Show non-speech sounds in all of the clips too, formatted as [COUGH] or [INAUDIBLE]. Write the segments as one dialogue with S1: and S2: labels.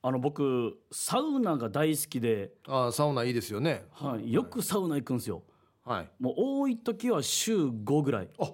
S1: あの僕サウナが大好きで、
S2: ああサウナいいですよね
S1: はい、よくサウナ行くんですよ
S2: はい
S1: もう多い時は週5ぐらい
S2: あ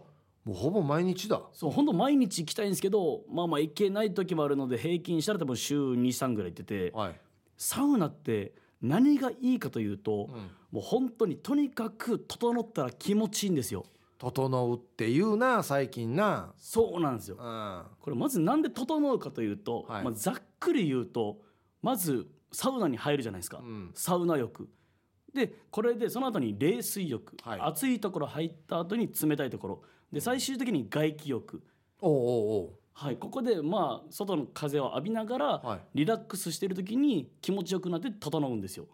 S2: もうほぼ毎日だ
S1: そうほんと毎日行きたいんですけどまあまあ行けない時もあるので平均したら多分週23ぐらい行ってて
S2: はい
S1: サウナって何がいいかというと、
S2: ん
S1: もう本当にとにかく整ったら気持ちいいんですよ
S2: 整うっていうな最近な
S1: そうなんですよ
S2: うんは
S1: これまずなんで整うかというと、
S2: はい
S1: まあ、ざっくり言うとまずサウナに入るじゃないですか、
S2: ん
S1: サウナ浴でこれでその後に冷水浴、
S2: はい
S1: 暑いところ入った後に冷たいところで最終的に外気浴、
S2: おうおうおう
S1: はい、ここでまあ外の風を浴びなが
S2: は
S1: ら
S2: い
S1: リラックスしてる時に気持ちよくなって整うんですよ。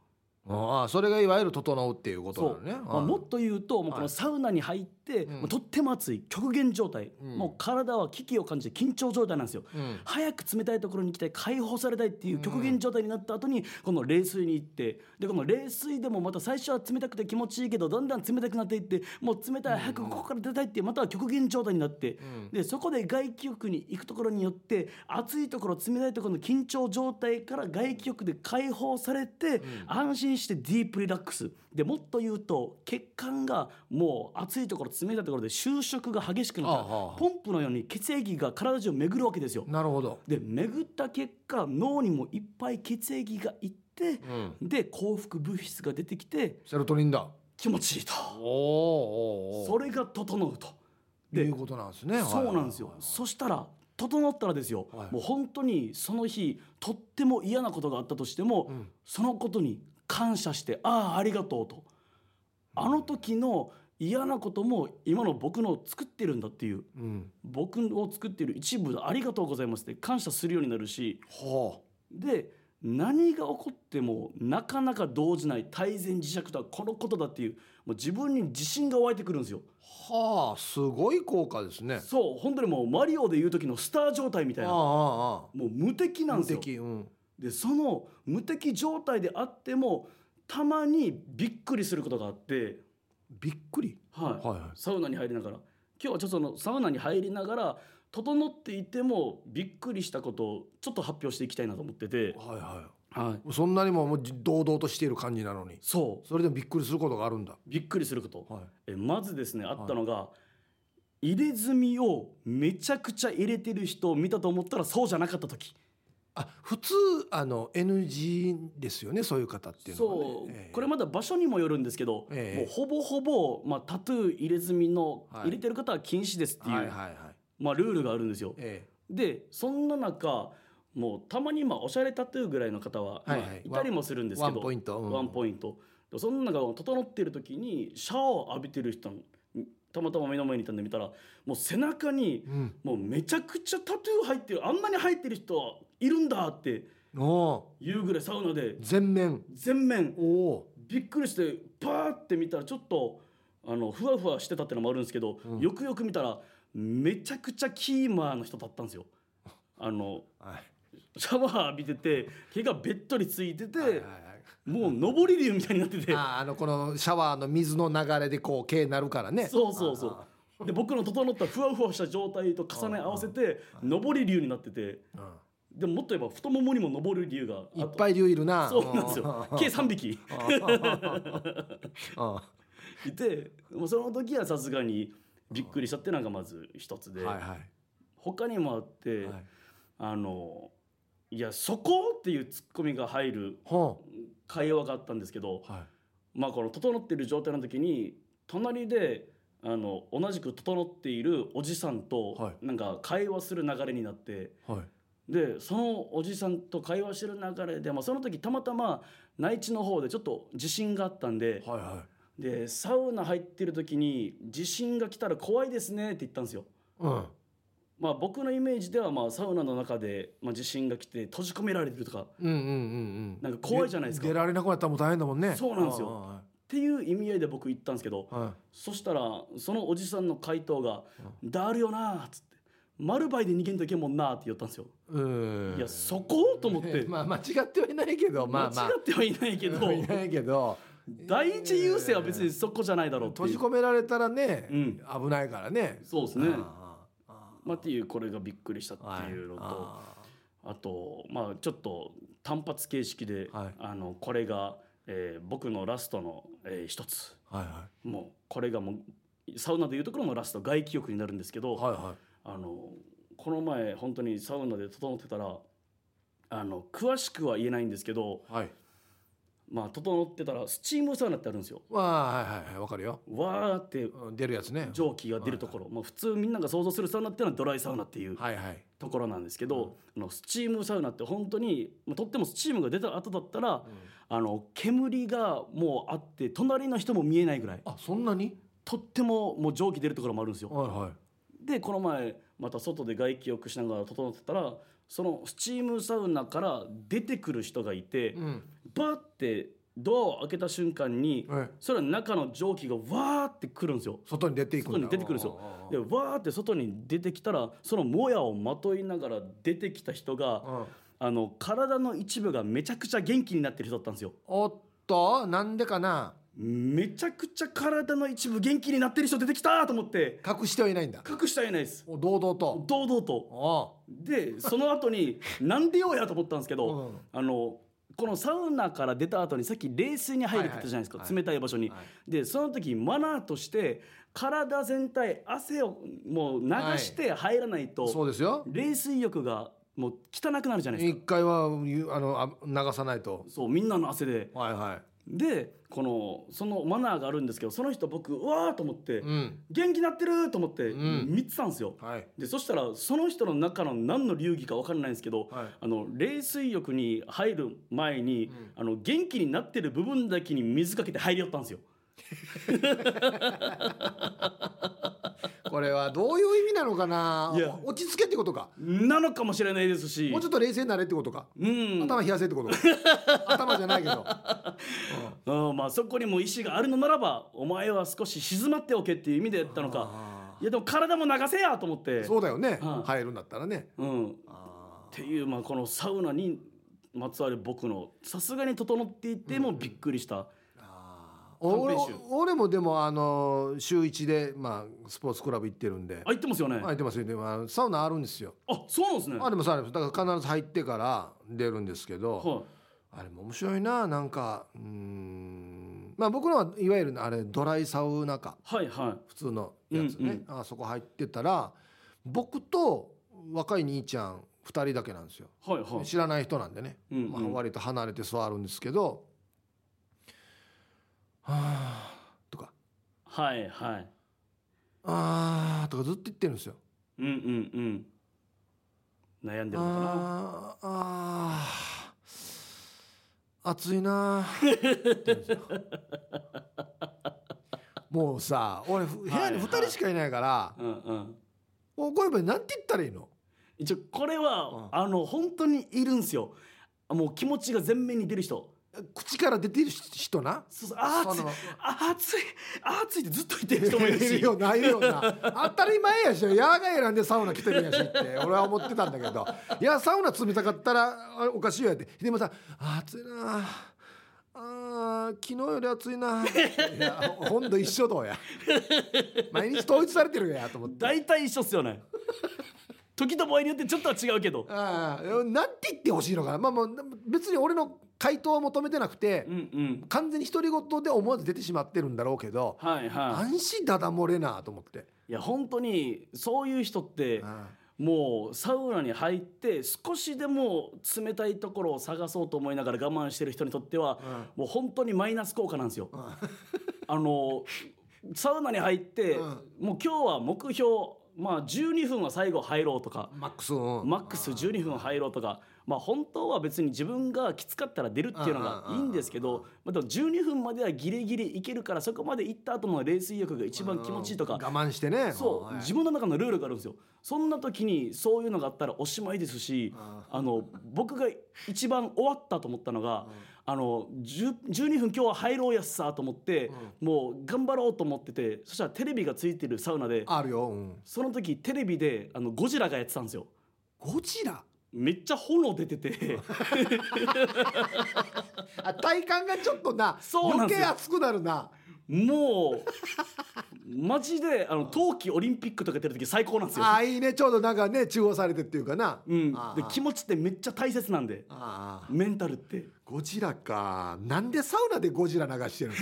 S2: ああそれがいわゆる整うっていうこと
S1: そ
S2: な
S1: う
S2: のね
S1: まあ、もっと言うともうこ
S2: は
S1: の
S2: い
S1: サウナに入って、
S2: ん
S1: もうとっても暑い極限状態、
S2: うん
S1: もう体は危機を感じて緊張状態なんですよ。
S2: うんうん
S1: 早く冷たいところに来て解放されたいっていう極限状態になった後にこの冷水に行ってでこの冷水でもまた最初は冷たくて気持ちいいけどだんだん冷たくなっていってもう冷たい早くここから出たいっていうまたは極限状態になって
S2: ん
S1: でそこで外気浴に行くところによって暑いところ冷たいところの緊張状態から外気浴で解放されて安心してディープリラックスでもっと言うと血管がもう暑いところ冷たいところで収縮が激しくなった
S2: ああああ
S1: ポンプのように血液が体中を巡るわけですよ。
S2: なるほど
S1: で巡った結果脳にもいっぱい血液がいって、
S2: うん
S1: で幸福物質が出てきて
S2: セロトニンだ
S1: 気持ちいいと
S2: おうおうおう
S1: それが整うとで
S2: いうことなんですね
S1: そうなんですよそしたら整ったらですよ、
S2: はい
S1: もう本当にその日とっても嫌なことがあったとしても、
S2: ん
S1: そのことに感謝してああありがとうとあの時の嫌なことも今の僕の作ってるんだっていう
S2: うん
S1: 僕を作っている一部でありがとうございますって感謝するようになるし
S2: は
S1: で何が起こってもなかなか動じない泰然自弱とはこのことだっていうもう自分に自信が湧いてくるんですよ
S2: あはあすごい効果ですね
S1: そう本当にもうマリオでいう時のスター状態み
S2: あ
S1: たい
S2: あ
S1: な
S2: あ
S1: も
S2: あああ
S1: う無敵なんですよ
S2: 敵うん
S1: でその無敵状態であってもたまにびっくりすることがあって
S2: びっくり
S1: はい、
S2: はいはい
S1: サウナに入りながら今日はちょっとそのサウナに入りながら整っていてもびっくりしたことをちょっと発表していきたいなと思ってて、
S2: はいは
S1: はい、
S2: いそんなにももう堂々としている感じなのに
S1: そう
S2: それでもびっくりすることがあるんだ
S1: びっくりすること、
S2: はい
S1: えまずですねあったのが、入れ墨をめちゃくちゃ入れてる人を見たと思ったらそうじゃなかった時
S2: あ普通あの NG ですよねそういう方っていうのは、ね、
S1: そう、
S2: ええ
S1: これまだ場所にもよるんですけど、
S2: え
S1: も
S2: え
S1: うほぼほぼ、まあ、タトゥー入れ墨の、
S2: はい
S1: 入れてる方は禁止ですっていう、
S2: はいはいはい
S1: まあ、ルールがあるんですよ。
S2: え
S1: でそんな中もうたまにまあおしゃれタトゥーぐらいの方は、
S2: はいはい
S1: まあいたりもするんで
S2: え
S1: す
S2: ワ
S1: け
S2: ン
S1: ど
S2: ポイント、うん
S1: ワンポイント。でその中を整っている時にシャワーを浴びてる人のたまたま目の前にいたんで見たらもう背中に
S2: うん
S1: もうめちゃくちゃタトゥー入ってるあんなに入ってる人いるんだって
S2: おー
S1: いうぐらいサウナで
S2: 全面
S1: 全面
S2: おお
S1: びっくりしてパーって見たらちょっとあのふわふわしてたってのもあるんですけど、よくよく見たらめちゃくちゃキーマーの人だったんですよ。あの
S2: ーはい
S1: シャワー浴びてて毛がべっとりついてて、
S2: はいはいはい
S1: もう上り竜みたいになってて。
S2: あーあのこのシャワーの水の流れでこう毛になるからね
S1: そうそうそうで僕の整ったふわふわした状態と重ね合わせて上り竜になってて
S2: うん
S1: でももっと言えば太ももにも上る竜が
S2: い
S1: あ
S2: っ
S1: と
S2: ぱい竜いるな
S1: そうなんですよ計3匹 [LAUGHS]
S2: うんはい
S1: てもうその時はさすがにびっくりしたっていうのがまず一つ
S2: い
S1: で、
S2: は
S1: 他にもあって、
S2: いはい
S1: あのいやそこっていうツッコミが入る
S2: ほ
S1: 会話があったんですけど
S2: うはい
S1: まあこの整ってる状態の時に隣であの同じく整っているおじさん
S2: は
S1: となんか会話する流れになって、
S2: はい
S1: でそのおじさんと会話してる流れで、まあ、その時たまたま内地の方でちょっと地震があったんで,、
S2: はいはい
S1: でサウナ入ってる時に地震が来たら怖いですねって言ったんですよ。
S2: うん
S1: まあ、僕のイメージではまあサウナの中でまあ地震が来て閉じ込められてるとかっ
S2: うんうんうんうん
S1: なんか怖いじゃないですか
S2: 出られなくなったらもう大変だもんね
S1: そうなんですよ
S2: は
S1: ていう意味合いで僕言ったんですけど
S2: いはいはい
S1: そしたらそのおじさんの回答が「だるよな」っつって「丸バイで逃げんといけんもんな」って言ったんですよ。
S2: うん
S1: いやそこと思って
S2: [LAUGHS] まあ間違ってはいない
S1: [LAUGHS]
S2: けどまあまあ
S1: 間違ってはいない
S2: [LAUGHS]
S1: けど
S2: いないけど
S1: 第一優勢は別にそこじゃないだろうって
S2: 閉
S1: い
S2: じ
S1: う
S2: 込められたらね、
S1: うん
S2: 危ないからね
S1: そうですね。
S2: あああ
S1: まあ、っていうこれがびっくりしたっ
S2: あ
S1: ていうのと
S2: あ
S1: あとまあちょっと単発形式で、
S2: はい
S1: あのこれが、えー僕のラストの、えー一つ
S2: はいは
S1: もうこれがもうサウナでいうところのラスト外気浴になるんですけど、
S2: いはいは
S1: あのこの前本当にサウナで整ってたらあの詳しくは言えないんですけど
S2: いはい
S1: まあ整ってたらスチームサウナってあるんですよ。
S2: わあはいはいはいわかるよ
S1: わーって
S2: うん出るやつね
S1: 蒸気が出るところ、まあ、普通みんなが想像するサウナっていうのはドライサウナっていう
S2: はいはい
S1: ところなんですけど、あのスチームサウナって本当にまあとってもスチームが出た後だったら、あの煙がもうあって隣の人も見えないぐらい
S2: あそんなに
S1: とってももう蒸気出るところもあるんですよ。
S2: はいはい
S1: でこの前また外で外気浴しながら整ってたらそのスチームサウナから出てくる人がいて、
S2: うん
S1: バーってドアを開けた瞬間に、
S2: はい
S1: それは中の蒸気がわーってくるんですよ。
S2: 外に出ていくんだ
S1: 外に出てくるんですよ
S2: ああああ
S1: でわーって外に出てきたらそのもやをまといながら出てきた人が
S2: うん
S1: あの体の一部がめちゃくちゃ元気になってる人だったんですよ。
S2: おっとなんでかな
S1: めちゃくちゃ体の一部元気になってる人出てきたと思って
S2: 隠してはいないんだ
S1: 隠したいないです
S2: お堂々と
S1: 堂々と
S2: あ
S1: でその後
S2: [LAUGHS]
S1: になんでようやと思ったんですけど、
S2: うん
S1: あのこのサウナから出た後にさっき冷水に入るって言ったじゃないですか、
S2: はいはい
S1: 冷たい場所に、
S2: は
S1: でその時マナーとして体全体汗をもう流して入らないと、
S2: あそうですよ
S1: 冷水浴がもう汚くなるじゃないです
S2: 一
S1: か、
S2: 回はゆあのあ流さないと
S1: そうみんなの汗で
S2: はいは
S1: でこのそのマナーがあるんですけどその人僕うわーと思って、
S2: いうん
S1: 元気になってると思って
S2: うん
S1: 見てたんですよ、
S2: はい
S1: でそしたらその人の中の何の流儀か分からないんですけど、
S2: はい
S1: あの冷水浴に入る前に、あの元気になってる部分だけに水かけて入りよったんですよ。
S2: これはどういう意味なのかない
S1: や
S2: 落ち着けってことか
S1: なのかもしれないですし
S2: もうちょっと冷静になれってことか
S1: うん
S2: 頭冷やせってこと
S1: [LAUGHS]
S2: か頭じゃないけど
S1: うんまあ、そこにも意思があるのならばお前は少し静まっておけっていう意味でやったのか
S2: あ
S1: いやでも体も流せやと思って
S2: ーそうだよね
S1: うん
S2: 入るんだったらね
S1: うん、っ
S2: あ
S1: ていう、まあ、このサウナにまつわる僕のさすがに整っていてもびっくりした。
S2: ーあー俺
S1: 短編集
S2: 俺もでもあの週一でまあスポーツクラブ行ってるんで
S1: あ言ってますよね。
S2: 入ってますよでもあのサウナあるんですよ
S1: あそうなんですね。
S2: あでもサウナだから必ず入ってから出るんですけど、
S1: はい
S2: あれも面白いななんかうーんまあ僕のはいわゆるあれドライサウナか
S1: はいはい。
S2: 普通のやつね、あそこ入ってたら僕と若い兄ちゃん2人だけなんですよ
S1: はいはい。
S2: 知らない人なんでね、
S1: うんうん
S2: まあ、割と離れて座るんですけど「はあ」とか
S1: はいはい。
S2: 「ああ」とかずっと言ってるんですよ。
S1: うんうんうん。悩んでるのかな。
S2: あーあー暑
S1: [LAUGHS]
S2: いなーって言ってるんですよもうさ俺ふ部屋に2人しかいないから、
S1: うんうん。
S2: もうこれこれなんて言ったらいいの
S1: 一応これは、あの本当にいるんですよ。もう気持ちが前面に出る人。
S2: 口から出てる人な
S1: そうそうあー暑
S2: そ
S1: い
S2: の
S1: あー暑いあー暑いってずっと言ってる人もいるし。
S2: よないるよな当たり前やし野外なんでサウナ来てるんやしって俺は思ってたんだけどいやサウナ冷たかったらあおかしいよやって秀間さんあ暑いなああー昨日より暑いなあいや本土一緒どうや毎日統一されてるやと思って
S1: 大体一緒っすよね。時と場合によってちょっとは違うけど。
S2: ああなんて言ってほしいのかなまあもう別に俺の回答を求めてなくて、
S1: うんうん。
S2: 完全に独り言で思わず出てしまってるんだろうけど、
S1: はいは
S2: 安心だだ漏れなと思って。
S1: い。いや本当にそういう人って。
S2: あ
S1: もうサウナに入って少しでも冷たいところを探そうと思いながら我慢してる人にとっては、もう本当にマイナス効果なんですよ。あ [LAUGHS] のサウナに入って、
S2: うん
S1: もう今日は目標、まあ、12分は最後入ろうとか
S2: あマックス、うん
S1: マックス12分入ろうとか、まあ、本当は別に自分がきつかったら出るっていうのがいいんですけど、まあ、でも12分まではギリギリいけるからそこまで行った後の冷水浴が一番気持ちいいとか、
S2: 我慢してね
S1: そう、
S2: はい
S1: 自分の中のルールがあるんですよそんな時にそういうのがあったらおしまいですしあの僕が一番終わったと思ったのが、あの10 12分今日は入ろうやっさと思って、もう頑張ろうと思っててそしたらテレビがついてるサウナで
S2: あるよ、うん
S1: その時テレビであのゴジラがやってたんですよ。
S2: ゴ
S1: [LAUGHS]
S2: ジラ
S1: めっちゃ炎出て
S2: [LAUGHS]
S1: て
S2: あ体感がちょっとな
S1: そうなん
S2: 余
S1: です
S2: 計
S1: よ
S2: 熱くなるな
S1: もマジであの冬季オリンピックとか出る時最高なんですよ
S2: あ、ーいいねちょうどなんかね中央されてっていうかな、
S1: うん、で
S2: あー
S1: 気持ちってめっちゃ大切なんで
S2: あー
S1: メンタルって
S2: ゴジラかなんでサウナでゴジラ流してる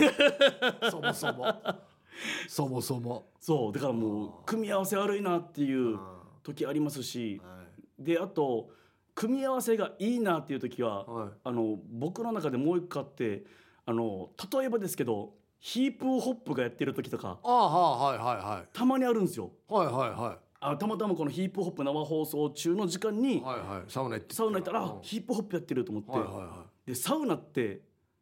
S1: [LAUGHS]
S2: のそもそもそもそも、
S1: そうだからもう組み合わせ悪いなっていう時ありますし
S2: はい
S1: であと組み合わせがいいなっていう時は
S2: はい
S1: あの僕の中でもう一個あってあの例えばですけどヒープホップがやってる時とか
S2: ああはいはいはい
S1: たまにあるんですよ
S2: はいはいは
S1: あたまたまこのヒープホップ生放送中の時間
S2: い
S1: に
S2: はいはいサウナ行って
S1: サウナ行ったら
S2: うん
S1: あヒープホップやってると思って、
S2: はいはいはい
S1: でサウナって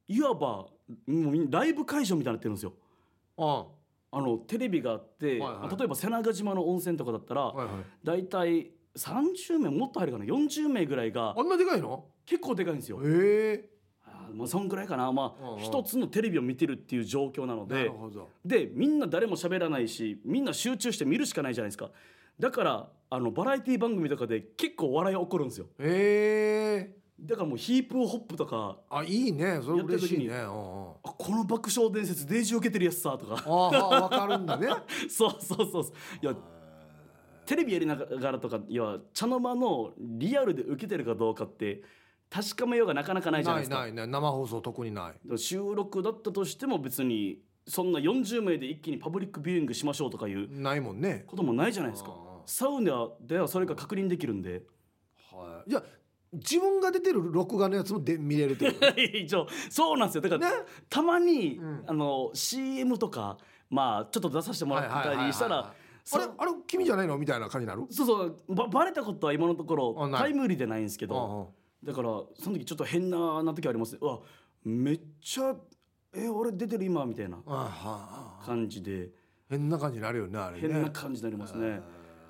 S1: いわばもうライブ会場みたいになってるんですよ
S2: あ
S1: あのテレビがあって、
S2: はいはい
S1: まあ例えば瀬長島の温泉とかだったら、
S2: はいはい
S1: 大体30名もっと入るかな40名ぐらいが
S2: あんなでかいの
S1: 結構でかいんですよ
S2: え
S1: あーまあそんぐらいかなま
S2: うんう
S1: あ
S2: ん
S1: 一つのテレビを見てるっていう状況なの
S2: えなる
S1: で
S2: ほど
S1: でみんな誰も喋らないしみんな集中して見るしかないじゃないですかだからあのバラエティ番組とかで結構笑い起こるんですよ
S2: ええ
S1: だからもうヒープホップとか
S2: あいいねそれ嬉しいね
S1: や
S2: うんうん
S1: あこの爆笑伝説デージ受けてるやつさとか [LAUGHS]
S2: ああわかるんだね
S1: そうそうそうそういやテレビやりながらとかいや茶の間のリアルで受けてるかどうかって確かめようがなか [LAUGHS] なかないじゃないで
S2: ない
S1: すか
S2: ないない生放送特にない
S1: だから収録だったとしても別にそんな40名で一気にパブリックビューイングしましょうとかいう
S2: ないもんね
S1: こともないじゃないですか
S2: うんうん
S1: サウナではそれが確認できるん
S2: [LAUGHS]
S1: で
S2: はいじゃあ自分が出てる録画のやつもで見れるってこと
S1: 一応そうなんですよだから、
S2: ね
S1: たまに、
S2: うん
S1: あの CM とかまあちょっと出させて [LAUGHS] もらってたりした
S2: はいはいはいは
S1: ら
S2: いあ
S1: そ
S2: れあれ君じゃないのみたいな感じになる
S1: そうそうばバレたことは今のとこ
S2: あ
S1: ろ
S2: ない
S1: タイムリーでないんですけ
S2: う
S1: ど
S2: んう
S1: だ
S2: ん
S1: からその時ちょっと変なな時ありますねうわめっちゃえ俺出てる今みたいな
S2: あはあ
S1: 感じで
S2: 変な感じになるよねあれね
S1: 変な感じになりますね。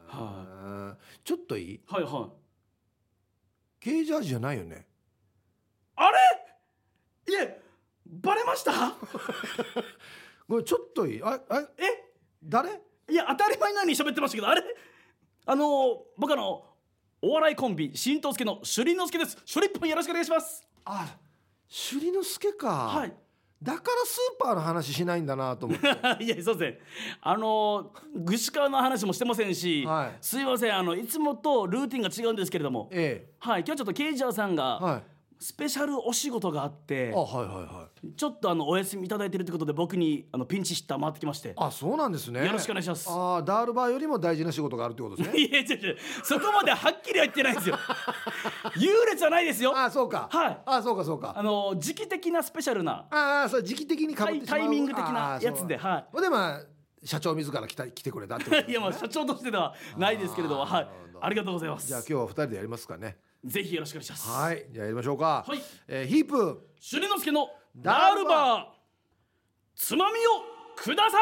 S2: はいちょっといい
S1: はいはい
S2: ケージャージじゃないよね
S1: あれいえバレました [LAUGHS]
S2: ごめんちょっといいああ
S1: え
S2: 誰
S1: いや当たり前のように喋ってましたけどあれあのー、僕あのお笑いコンビ新藤助の首里之助です首里っぽよろしくお願いします [LAUGHS]
S2: あ首里之助か、
S1: はい
S2: だからスーパーの話しないんだなと
S1: [LAUGHS]
S2: 思って
S1: いやすいませんあのー、具志川の話もしてませんし、
S2: はい
S1: すいませんあのいつもとルーティンが違うんですけれども
S2: え
S1: はい今日ちょっとケイジャーさん
S2: え
S1: が
S2: はい
S1: スペシャルお仕事があって
S2: あはいはいはい
S1: ちょっとあのお休みいただいてるってことで僕にあのピンチヒッター回ってきまして
S2: あそうなんですね
S1: よろしくお願いします
S2: ああダールバーよりも大事な仕事があるってことですね
S1: いや違う違うそこまではっきりは言ってない
S2: [LAUGHS]
S1: ですよ優劣はないですよ
S2: ああそうか
S1: はい
S2: ああそうかそうか
S1: あの時期的なスペシャルな [LAUGHS]
S2: ああそう時期的にかぶってしま
S1: タ
S2: う
S1: イタイミング的な
S2: ああそう
S1: やつではい
S2: ほんでまあ社長自ら来た来てくれたってことです、
S1: [LAUGHS] い
S2: ね、
S1: やまあ社長としてではないですけれども
S2: あー
S1: はい
S2: なるほど
S1: ありがとうございます
S2: じゃあ今日は二人でやりますかね
S1: ぜひよろしくお願いしますい
S2: はいじゃあやりましょうか
S1: はい
S2: えーヒープ
S1: 朱里之助の
S2: ダ
S1: ダー
S2: ー
S1: ル
S2: ル
S1: バー
S2: バ
S1: つまみをくださ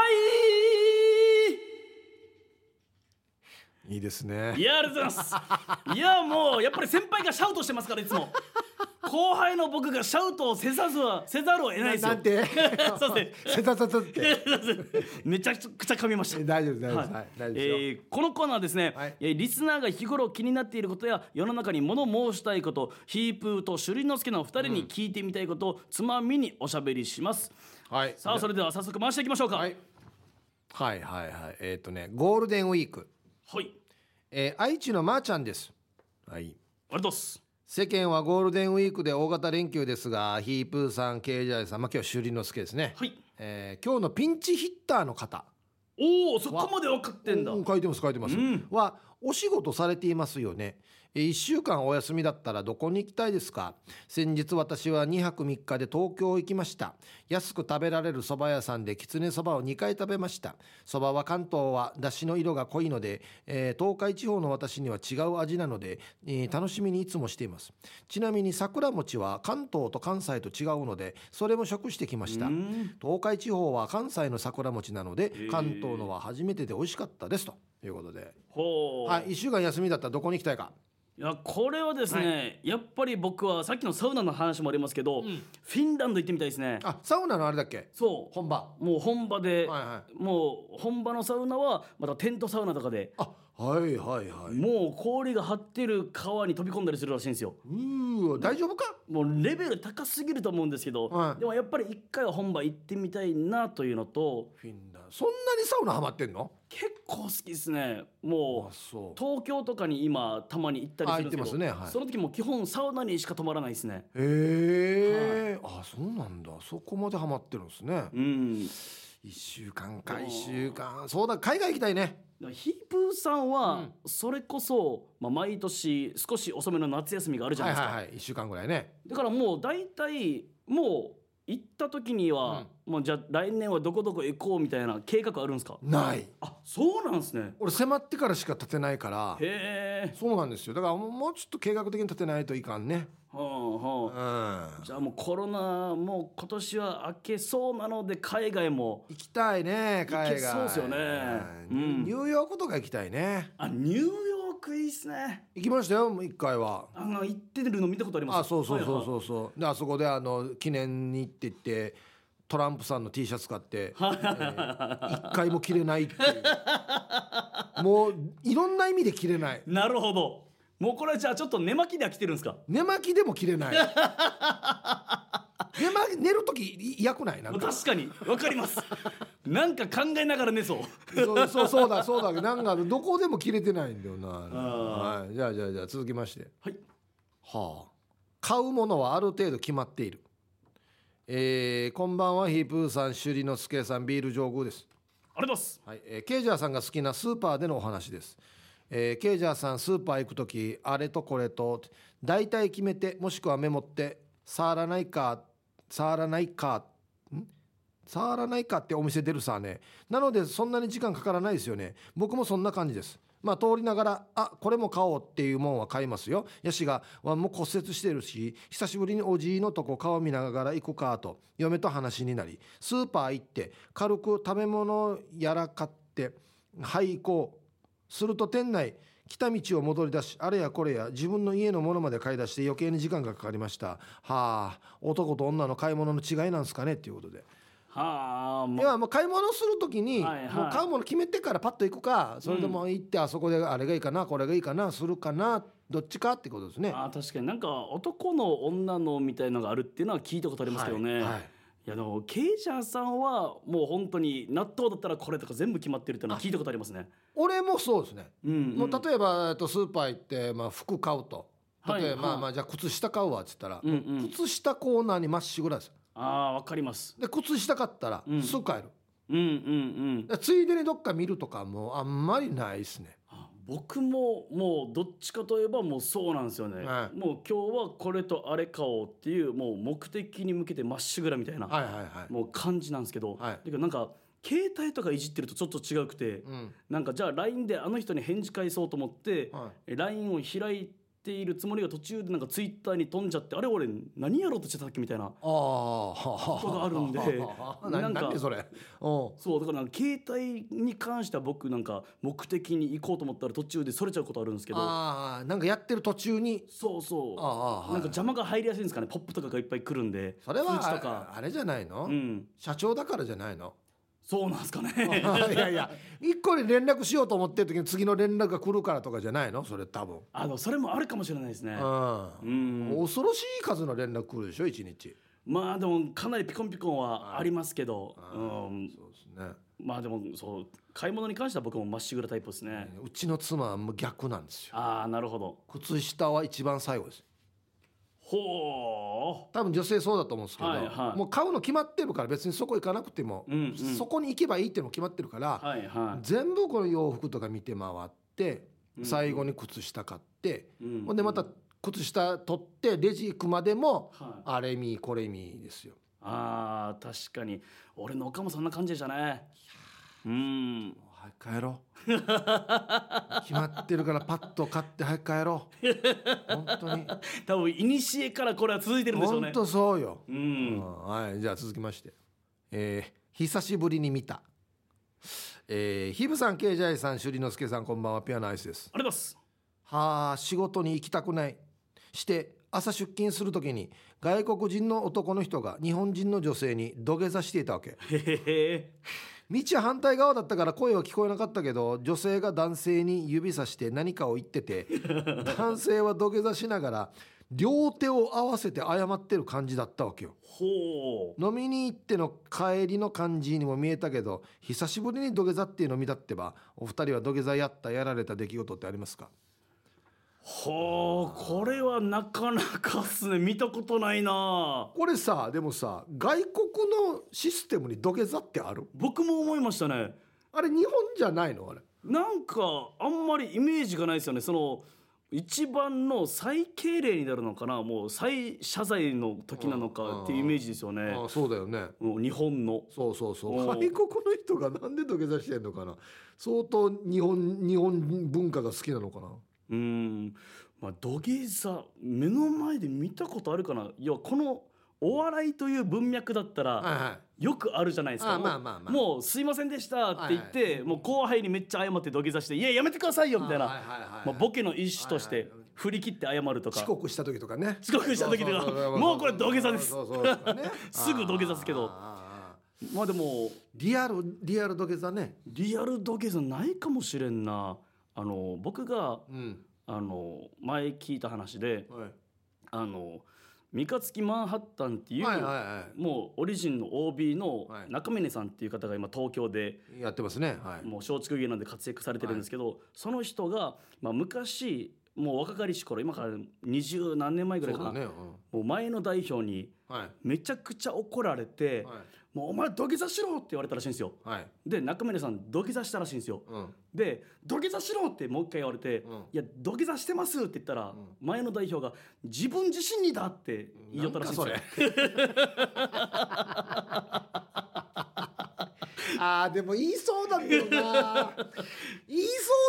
S2: いいですね
S1: いいやありがとうござい
S2: [LAUGHS]
S1: ますいやもうやっぱり先輩がシャウトしてますからいつも後輩の僕がシャウトをせざるはせざるを得ないですよ
S2: なんて [LAUGHS]
S1: そう [LAUGHS] ですね
S2: せたたたって
S1: [LAUGHS] めちゃくちゃ噛みました。
S2: 大丈夫大丈夫
S1: はい
S2: はい
S1: え
S2: 大丈夫ですよ
S1: ーこのコーナーはですね、
S2: はい
S1: えーリスナーが日頃気になっていることや世の中に物申したいことヒープーと朱里之助のお二人に聞いてみたいことをつまみにおしゃべりします、
S2: はい
S1: さあそれでは早速回していきましょうか
S2: はい、はいはいはいえっ、とねゴールデンウィーク、
S1: はいあり
S2: えー愛知のまーちゃんですはい
S1: がとうございます
S2: 世間はゴールデンウィークで大型連休ですがヒープーさんケイジャイさんまあ今日は朱里之助ですね、
S1: はい
S2: えー今日のピンチヒッターの方
S1: おおそこまで分かってんだ
S2: うん書いてます書いてます、
S1: うん
S2: はお仕事されていますよねえー1週間お休みだったらどこに行きたいですか先日私は2泊3日で東京行きました安く食べられる蕎麦屋さんできつねそばを2回食べました蕎麦は関東は出汁の色が濃いので、えー東海地方の私には違う味なので、えー楽しみにいつもしていますちなみに桜餅は関東と関西と違うのでそれも食してきました
S1: うん
S2: 東海地方は関西の桜餅なので
S1: ー
S2: 関東のは初めてで美味しかったですということで、
S1: ほう、、
S2: はいい、1週間休みだったらどこに行きたいか
S1: やこれはですね、
S2: は
S1: やっぱり僕はさっきのサウナの話もありますけど、
S2: ん
S1: フィンランド行ってみたいですね
S2: あサウナのあれだっけ
S1: そう
S2: 本場は
S1: もう本場で、
S2: いはい
S1: もう本場のサウナはまたテントサウナとかで
S2: あはいはいはい
S1: もう氷が張ってる川に飛び込んだりするらしいんですよ
S2: うーわ大丈夫か
S1: もうレベル高すぎると思うんですけど、
S2: はい
S1: でもやっぱり一回は本場行ってみたいなというのと
S2: フィンランドそんなにサウナハマってんの
S1: 結構好きですね
S2: あ
S1: もう
S2: そ
S1: 東京とかに今たまに行ったりするんですけど
S2: あ行ってますねはい
S1: その時も基本サウナにしか泊まらないですね
S2: うへえ、あそうなんだそこまでハマってるんですね、
S1: うん
S2: 一週間か一週間そうだ海外行きたいね
S1: ヒープーさん
S2: う
S1: は
S2: ん
S1: それこそ、まあ、毎年少し遅めの夏休みがあるじゃな
S2: は
S1: いいですか、
S2: はいはい一週間ぐらいね
S1: だからもう大体もう行った時には、もうじゃあ来年はどこどこ行こうみたいな計画あるんですか
S2: ない
S1: あそうなんですね
S2: 俺迫ってからしか立てないから
S1: へえ、
S2: そうなんですよだからもうもうちょっと計画的に立てないといかんね
S1: はあ
S2: うん
S1: はあ、じゃあもうコロナもう今年は明けそうなので海外も
S2: 行きたいね海
S1: 行
S2: 外
S1: けそうっすよねうん
S2: ニューヨークとか行きたいね
S1: あニューヨークいいっすね
S2: 行きましたよもう一回は
S1: あの行ってるの見たことあります
S2: あそうそうそう
S1: う
S2: そうそうであそこであの記念に行ってってトランプさんの T シャツ買って、えー一回も着れないっていうもういろんな意味で着れない
S1: なるほどもうこれじゃあちょっと寝巻きで飽きてるんですか
S2: 寝巻きでも着れ
S1: [LAUGHS]
S2: ない寝巻き寝る時い嫌くないなんか
S1: 確かにわかりますなんか考えながら寝そう
S2: そうそうそうだそうだなんかどこでも着れてないんだよな、
S1: あ
S2: はい、じゃあじゃあじゃあ続きまして
S1: はい
S2: はあ、買うものはある程度決まっている、えーこんばんはヒープーさん首里之助さんビール上宮です、
S1: ありがとうございます
S2: はいえーケイジャーさんが好きなスーパーでのお話です、えーケイジャーさんスーパー行く時あれとこれと大体決めてもしくはメモって触らないか触らないかん触らないかってお店出るさねなのでそんなに時間かからないですよね僕もそんな感じですまあ通りながらあこれも買おうっていうもんは買いますよやしがわもう骨折してるし久しぶりにおじいのとこ顔見ながら行くかと嫁と話になりスーパー行って軽く食べ物やらかってはい行こうすると店内来た道を戻り出しあれやこれや自分の家のものまで買い出して余計に時間がかかりましたはあ男と女の買い物の違いなんですかねっていうことで
S1: はあも
S2: いやもう買い物する時に、
S1: はいはい
S2: もう買うもの決めてからパッと行くかそれとも行ってあそこであれがいいかなこれがいいかなするかなどっちかってことですね。
S1: あー確かになんか男の女のみたいのがあるっていうのは聞いたことありますけどね、
S2: はい
S1: い
S2: はい
S1: やでもケイジャーさんはもう本当に納豆だったらこれとか全部決まってるっていうのは聞いたことありますね
S2: 俺もそうですね、
S1: うん、うん、
S2: もう例えばえっとスーパー行って、まあ、服買うと
S1: はい
S2: 例えば、まあ
S1: はい
S2: まあじゃあ靴下買うわっつったら、
S1: うんうん
S2: 靴下コーナーにまっしぐらです
S1: あーわかります
S2: で靴下買ったら
S1: うん
S2: すぐ買える、
S1: うんうんうん
S2: でついでにどっか見るとかもあんまりないですね
S1: あ僕ももうどっちかといえばもうそうなんですよね、
S2: はい
S1: もう今日はこれとあれ買おうっていうもう目的に向けてまっしぐらみたいな、
S2: はいはいはい、
S1: もう感じなんですけど、
S2: はい
S1: だけどなんか携帯とかいじってるとちょっと違くて、
S2: うん
S1: なんかじゃあ LINE であの人に返事返そうと思って、
S2: は
S1: え LINE を開いているつもりが途中でなんか Twitter に飛んじゃってあれ俺何やろうとしてたっけみたいな
S2: ああこと
S1: があるん
S2: [LAUGHS]
S1: で
S2: な
S1: なんんか
S2: なんでそれうん
S1: そうだからなんか携帯に関しては僕なんか目的に行こうと思ったら途中でそれちゃうことあるんですけど
S2: ああなんかやってる途中に
S1: そうそう
S2: ああはい
S1: なんか邪魔が入りやすいんですかねポップとかがいっぱい来るんで
S2: それは
S1: 通知とか
S2: ああれじゃないの、
S1: うん
S2: 社長だからじゃないの
S1: そうなんですかね
S2: いやいや一個に連絡しようと思ってる時に次の連絡が来るからとかじゃないのそれ多分、
S1: [LAUGHS] あのそれもあるかもしれないですね
S2: うん
S1: うん
S2: 恐ろしい数の連絡来るでしょ一日
S1: まあでもかなりピコンピコンはありますけど、うん、
S2: そうですね
S1: まあでもそう買い物に関しては僕もまっしぐらタイプですね、
S2: うちの妻はもう逆なんですよ
S1: ああなるほど
S2: 靴下は一番最後です
S1: ほ
S2: 多分女性そうだと思うんですけど、
S1: はいはい
S2: もう買うの決まってるから別にそこ行かなくても、
S1: うんうん
S2: そこに行けばいいっていうの決まってるから、
S1: うはいは
S2: 全部この洋服とか見て回って
S1: うん
S2: 最後に靴下買って、
S1: い、うん
S2: ほんでまた靴下取ってレジ行くまでも
S1: はい、
S2: あれ見これ見ですよ。
S1: あー確かに俺のおかもそんな感じでしたねうん
S2: 早く帰ろう [LAUGHS] 決まってるからパッと買って早く帰ろう本
S1: [LAUGHS]
S2: 当に
S1: 多分いにしえからこれは続いてるんでしょう
S2: 本
S1: ね
S2: 当そうよ、
S1: う
S2: うん
S1: ん
S2: はい、じゃあ続きまして、えー久しぶりに見た、えー、ひぶさんけいじゃいさんしゅりのすけさんこんばんはピアノアイスです
S1: あります
S2: はあ仕事に行きたくないして朝出勤する時に外国人の男の人が日本人の女性に土下座していたわけ
S1: へへへ
S2: 道は反対側だったから声は聞こえなかったけど女性が男性に指さして何かを言ってて男性は土下座しながら両手を合わせて謝ってる感じだったわけよ
S1: ほう
S2: 飲みに行っての帰りの感じにも見えたけど久しぶりに土下座っていうの見たってばお二人は土下座やったやられた出来事ってありますか
S1: ほうこれはなかなかっすね見たことないな
S2: これさでもさ外国のシステムに土下座ってある
S1: 僕も思いましたね
S2: あれ日本じゃないのあれ
S1: なんかあんまりイメージがないですよねその一番の最敬礼になるのかなもう最謝罪の時なのかっていうイメージですよね
S2: ああそうだよね
S1: うん日本の
S2: そうそうそう
S1: お
S2: 外
S1: う
S2: 国の人がなんで土下座してんのかな相当日本日本文化が好きなのかな
S1: うんまあ土下座目の前で見たことあるかないやこのお笑いという文脈だったら
S2: はいはい
S1: よくあるじゃないですか
S2: あ
S1: もう
S2: まあまあまあ
S1: もう「すいませんでした」って言って、
S2: はいはい
S1: もう後輩にめっちゃ謝って土下座して「いややめてくださいよ」みたいな、
S2: あはいはいはいはい
S1: まあ、ボケの一種とし
S2: はい
S1: て
S2: はいはい
S1: 振り切って謝るとか
S2: 遅刻した時とかね
S1: 遅刻した時とか
S2: そそそそ
S1: もうこれ土下座です
S2: そうそうそうそうね
S1: [LAUGHS] すぐ土下座ですけど
S2: あーあーあー
S1: まあでも
S2: リアルリアル土下座ね
S1: リアル土下座ないかもしれんなあの僕が
S2: うん
S1: あの前聞いた話で
S2: はい
S1: あの三日月マンハッタンっていう、
S2: はいは
S1: もうオリジンの OB の
S2: はい
S1: 中峰さんっていう方が今東京で
S2: いやってますねはい
S1: もう松竹芸能で活躍されてるんですけど、その人が、まあ、昔もう若かりし頃今から二十何年前ぐらい
S2: そう
S1: かな
S2: だねう
S1: も
S2: ん
S1: う前の代表に
S2: はい
S1: めちゃくちゃ怒られて「
S2: はい
S1: もうお前土下座しろ!」って言われたらしいんですよ。
S2: はい
S1: で中村さん土下座したらしいんですよ。
S2: うん
S1: で「土下座しろ!」ってもう一回言われて「
S2: うん
S1: いや土下座してます」って言ったら、
S2: ん
S1: 前の代表が「自分自身にだ!」って言いよったらしいんですよ
S2: なん。か
S1: [LAUGHS]
S2: それ [LAUGHS] あーでも言いそうだけどな言い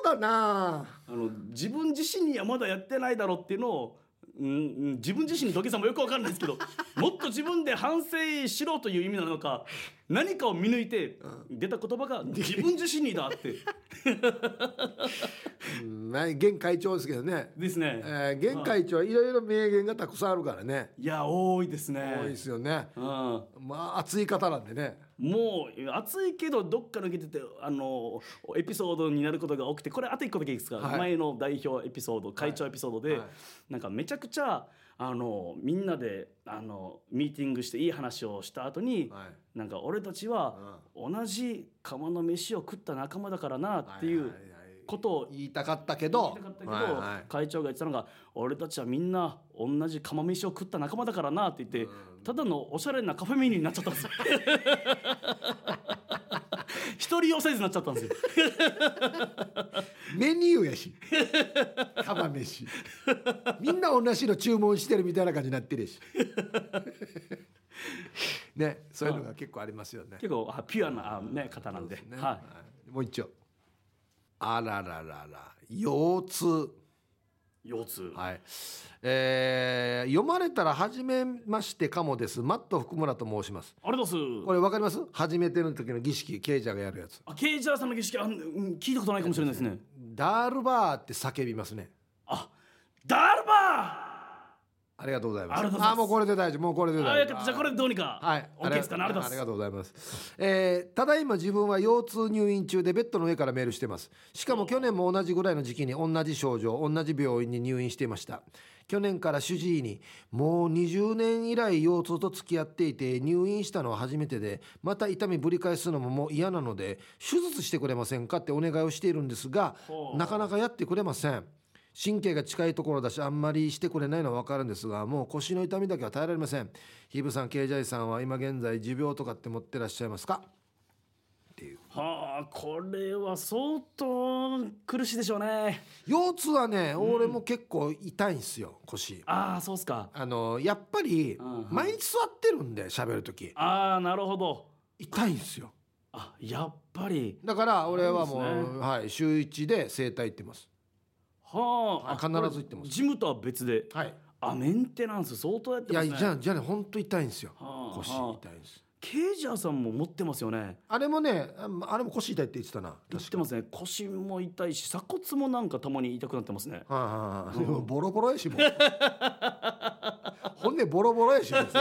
S2: そうだな
S1: あの自分自身にはまだやってないだろうっていうのを、うんうん、自分自身の土下座もよくわかんない
S2: [LAUGHS]
S1: ですけどもっと自分で反省しろという意味なのか何かを見抜いて出た言葉
S2: [LAUGHS]
S1: が「自分自身にだ」って
S2: うんない現会長ですけどね、
S1: ですね。
S2: [LAUGHS] えー、現会長はいろいろ名言がたくさんあるからね
S1: いや多いですね。
S2: 多いですよね
S1: うん、も
S2: まあ熱い方なんでね
S1: う暑いけどどっか抜けててあのエピソードになることが多くてこれあと一個だけいいですか、
S2: はい
S1: 前の代表エピソード会長エピソードで、
S2: はい
S1: なんかめちゃくちゃあのみんなであのミーティングしていい話をした後に、
S2: はい
S1: なんか俺たちは同じ釜の飯を食った仲間だからなってい
S2: は
S1: う
S2: はは
S1: ことを
S2: 言いたかったけど
S1: 言いたかったけど、
S2: はいはい
S1: 会長が言ってたのが「俺たちはみんな同じ釜飯を食った仲間だからな」って言って、ただのおしゃれなカフェメニューになっちゃったん [LAUGHS] ですよ。一人用サイズになっちゃったんですよ。
S2: メニューやし釜飯みんな同じの注文してるみたいな感じになって
S1: [LAUGHS]
S2: るしねそういうのが結構ありますよね
S1: 結構あピュアなあ、ね、方なんで。
S2: ね
S1: は
S2: はいもう一丁あらららら腰痛
S1: い、腰痛、
S2: はいえー読まれたら初めましてかもですマット福村と申します
S1: あれどうす
S2: これわかります初めての時の儀式ケイジャーがやるやつ
S1: あケイジャーさんの儀式あ、うん、聞いたことないかもしれないですね。
S2: ダールバーって叫びますね
S1: あダルバ
S2: ありがとうございます
S1: ありがとうございます
S2: もうこれで大丈夫もうこれで
S1: ーあ
S2: 大
S1: よ
S2: 丈
S1: かっ
S2: 夫
S1: たじゃあこれでどうにか、
S2: はい、
S1: OK ですかねありがとうござ
S2: あり
S1: いま
S2: がとうございます、えーただいま自分は腰痛入院中でベッドの上からメールしてますしかも去年も同じぐらいの時期に同じ症状同じ病院に入院していました去年から主治医にもう20年以来腰痛と付き合っていて入院したのは初めてでまた痛みぶり返すのももう嫌なので手術してくれませんかってお願いをしているんですが
S1: ほう
S2: なかなかやってくれません神経が近いところだしあんまりしてくれないのは分かるんですがもう腰の痛みだけは耐えられませんヒブさん経済さんは今現在持病とかって持ってらっしゃいますかっていう
S1: すはあこれは相当苦しいでしょうね
S2: 腰痛はね、俺も結構痛いんですよ腰
S1: ああそうっすか
S2: あのやっぱり
S1: うんうん
S2: 毎日座ってるんで喋る時
S1: ああなるほど
S2: 痛いんですよ
S1: あやっぱり
S2: だから俺はも
S1: そ
S2: う、
S1: うです
S2: はい、週1で整体行ってます
S1: はああ
S2: 必ず行って
S1: こ
S2: ます
S1: れジムとは別で
S2: はい
S1: あメンテナンス相当やっ
S2: い
S1: てま
S2: や
S1: すね
S2: じゃあじゃあね本当痛いんですよ
S1: はあ
S2: 腰
S1: はあ
S2: 痛いんです
S1: ケイジャーさんも持ってますよね
S2: あれもねああれも腰痛いって言ってたな
S1: 言ってますね腰も痛いし鎖骨もなんかたまに痛くなってますね
S2: はいはいはい、ボロボロやしもう骨ボロボロやし別に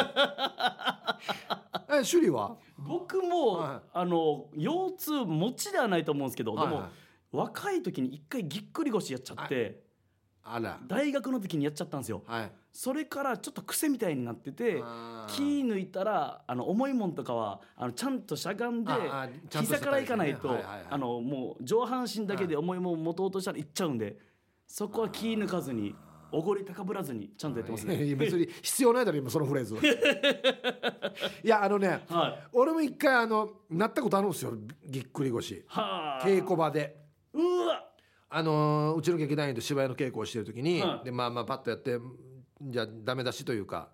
S2: え趣里は
S1: 僕も、
S2: はい
S1: あの腰痛持ちではないと思うんですけど、
S2: はい
S1: で
S2: はい
S1: も若い時に一回ぎっくり腰やっちゃって、
S2: あら
S1: 大学の時にやっちゃったんですよ
S2: はい
S1: それからちょっと癖みたいになってて
S2: あー
S1: 気抜いたらあの重いもんとかはあのちゃんとしゃがんで
S2: ああちゃんと
S1: 膝からいかないと、
S2: はいはいはい
S1: あのもう上半身だけで重いもん持とうとしたらいっちゃうんでそこは気抜かずにおごり高ぶらずにちゃんとやってますね。
S2: いや別に必要ないだろ今そのフレーズいやあのね
S1: はい、
S2: 俺も一回あのなったことあるんですよぎっくり腰
S1: はあ
S2: 稽古場で。
S1: うわ
S2: あのーうちの劇団員と芝居の稽古をしてる時に、
S1: はい
S2: でまあまあパッとやってじゃあダメ出しというか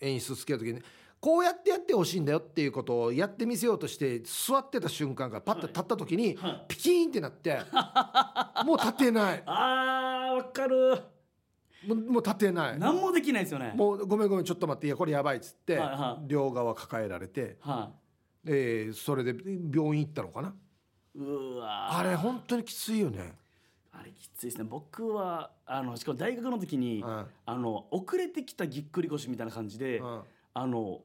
S2: 演出つける時にこうやってやってほしいんだよっていうことをやってみせようとして座ってた瞬間からパッと立った時に、
S1: はい
S2: ピキーンってなって
S1: [LAUGHS]
S2: もう立てない
S1: あーわかる
S2: もうもう立てない
S1: 何もできないですよね。
S2: もうごめんごめんちょっと待っていやこれやばいっつって、
S1: はいはい
S2: 両側抱えられて、
S1: は、
S2: えーそれで病院行ったのかない
S1: うわ
S2: あれ本当にきついよね。
S1: あれきついですね僕はあのしかも大学の時に、
S2: うん
S1: あの遅れてきたぎっくり腰みたいな感じで、
S2: うん
S1: あの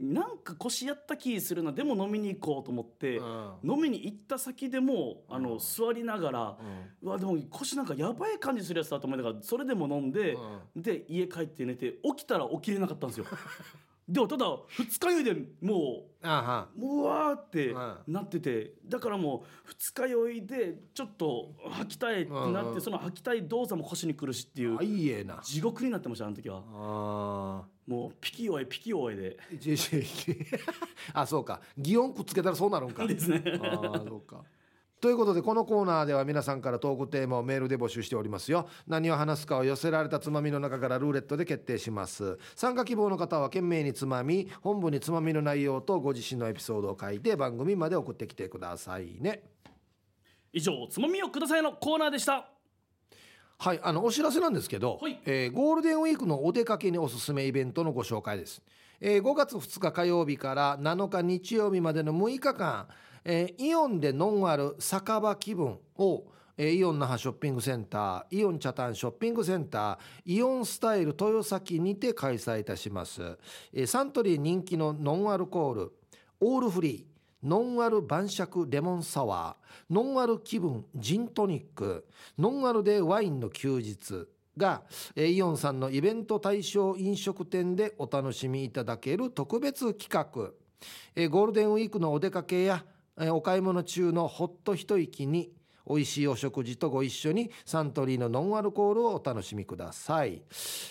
S1: なんか腰やった気するなでも飲みに行こうと思って、
S2: うん
S1: 飲みに行った先でもあの、
S2: うん
S1: 座りながら、うわでも腰なんかやばい感じするやつだと思いながらそれでも飲んで、
S2: うん
S1: で家帰って寝て起きたら起きれなかった
S2: [LAUGHS]
S1: んですよ。でもただ二日酔いでもう
S2: あは
S1: もうわーって
S2: う
S1: なってて、だからもう二日酔いでちょっと吐きたいってなって、
S2: うんうん
S1: その吐きたい動作も腰に来るしっていう
S2: あいいえな。
S1: 地獄になってましたあの時は
S2: あ
S1: もうピキ弱いピキ弱いで
S2: ー一時期 [LAUGHS] あそうか擬音くっつけたらそうなるんか
S1: ですね
S2: あーそうかということでこのコーナーでは皆さんからトークテーマをメールで募集しておりますよ何を話すかを寄せられたつまみの中からルーレットで決定します参加希望の方は懸命につまみ本部につまみの内容とご自身のエピソードを書いて番組まで送ってきてくださいね
S1: [LAUGHS] 以上「つまみをください」のコーナーでした
S2: はい、あのお知らせなんですけど、
S1: はい
S2: えーゴールデンウィークのお出かけにおすすめイベントのご紹介です。えー5月2日火曜日から7日日曜日までの6日間、えーイオンでノンアル酒場気分を、えーイオン那覇ショッピングセンター、イオン茶炭ショッピングセンター、イオンスタイル豊崎にて開催いたします。えーサントリー人気のノンアルコール、オールフリー、ノンアル晩酌レモンサワー、ノンアル気分ジントニック、ノンアルでワインの休日が、えーイオンさんのイベント対象飲食店でお楽しみいただける特別企画。えーゴールデンウィークのお出かけや、えーお買い物中のほっと一息に、美味しいお食事とご一緒にサントリーのノンアルコールをお楽しみください。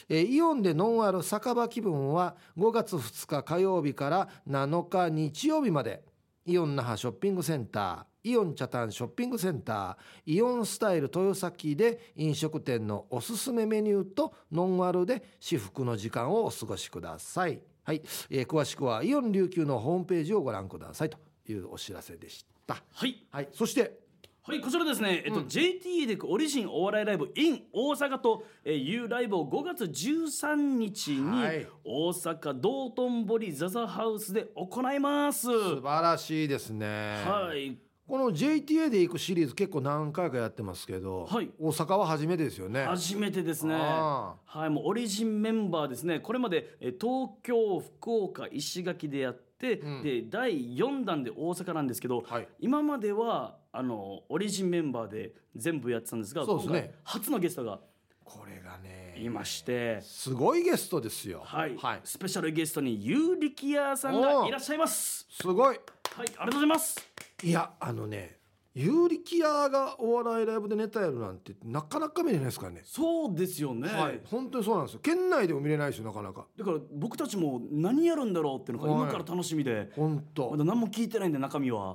S2: えーイオンでノンアル酒場気分は5月2日火曜日から7日日曜日までイオン那覇ショッピングセンターイオン茶炭ショッピングセンターイオンスタイル豊崎で飲食店のおすすめメニューとノンアルで至福の時間をお過ごしください、はいえー詳しくはイオン琉球のホームページをご覧くださいというお知らせでした、
S1: はい
S2: はい、そして
S1: はいこちらですね、えっと JTA でオリジンお笑いライブ in 大阪とえーいうライブを5月13日
S2: はい
S1: に大阪道頓堀ザザハウスで行います
S2: 素晴らしいですね
S1: はい
S2: この JTA で行くシリーズ結構何回かやってますけど、
S1: はい
S2: 大阪は初めてですよね。
S1: 初めてですね
S2: あ
S1: はいもうオリジンメンバーですねこれまでえー東京福岡石垣でやって、
S2: ん
S1: で第4弾で大阪なんですけど、
S2: はい
S1: 今まではあのオリジンメンバーで全部やってたんですが
S2: そうです
S1: 今
S2: ね
S1: 回初のゲストが
S2: これがね
S1: いまして、
S2: すごいゲストですよ。
S1: はいスペシャルゲストにユーリキヤさん
S2: お
S1: が
S2: ー
S1: いらっしゃいます
S2: すごい。
S1: はいありがとうございます
S2: いやあのねユーリキアがお笑いライブでネタやるなんてなかなか見れないですからね。
S1: そうですよね、
S2: はい、本当にそうなんですよ。県内でも見れないですよなかなか。
S1: だから僕たちも何やるんだろうっていうのが
S2: はい
S1: 今から楽しみで
S2: 本当。
S1: ま
S2: う
S1: だ何も聞いてないんで中身は、
S2: ん。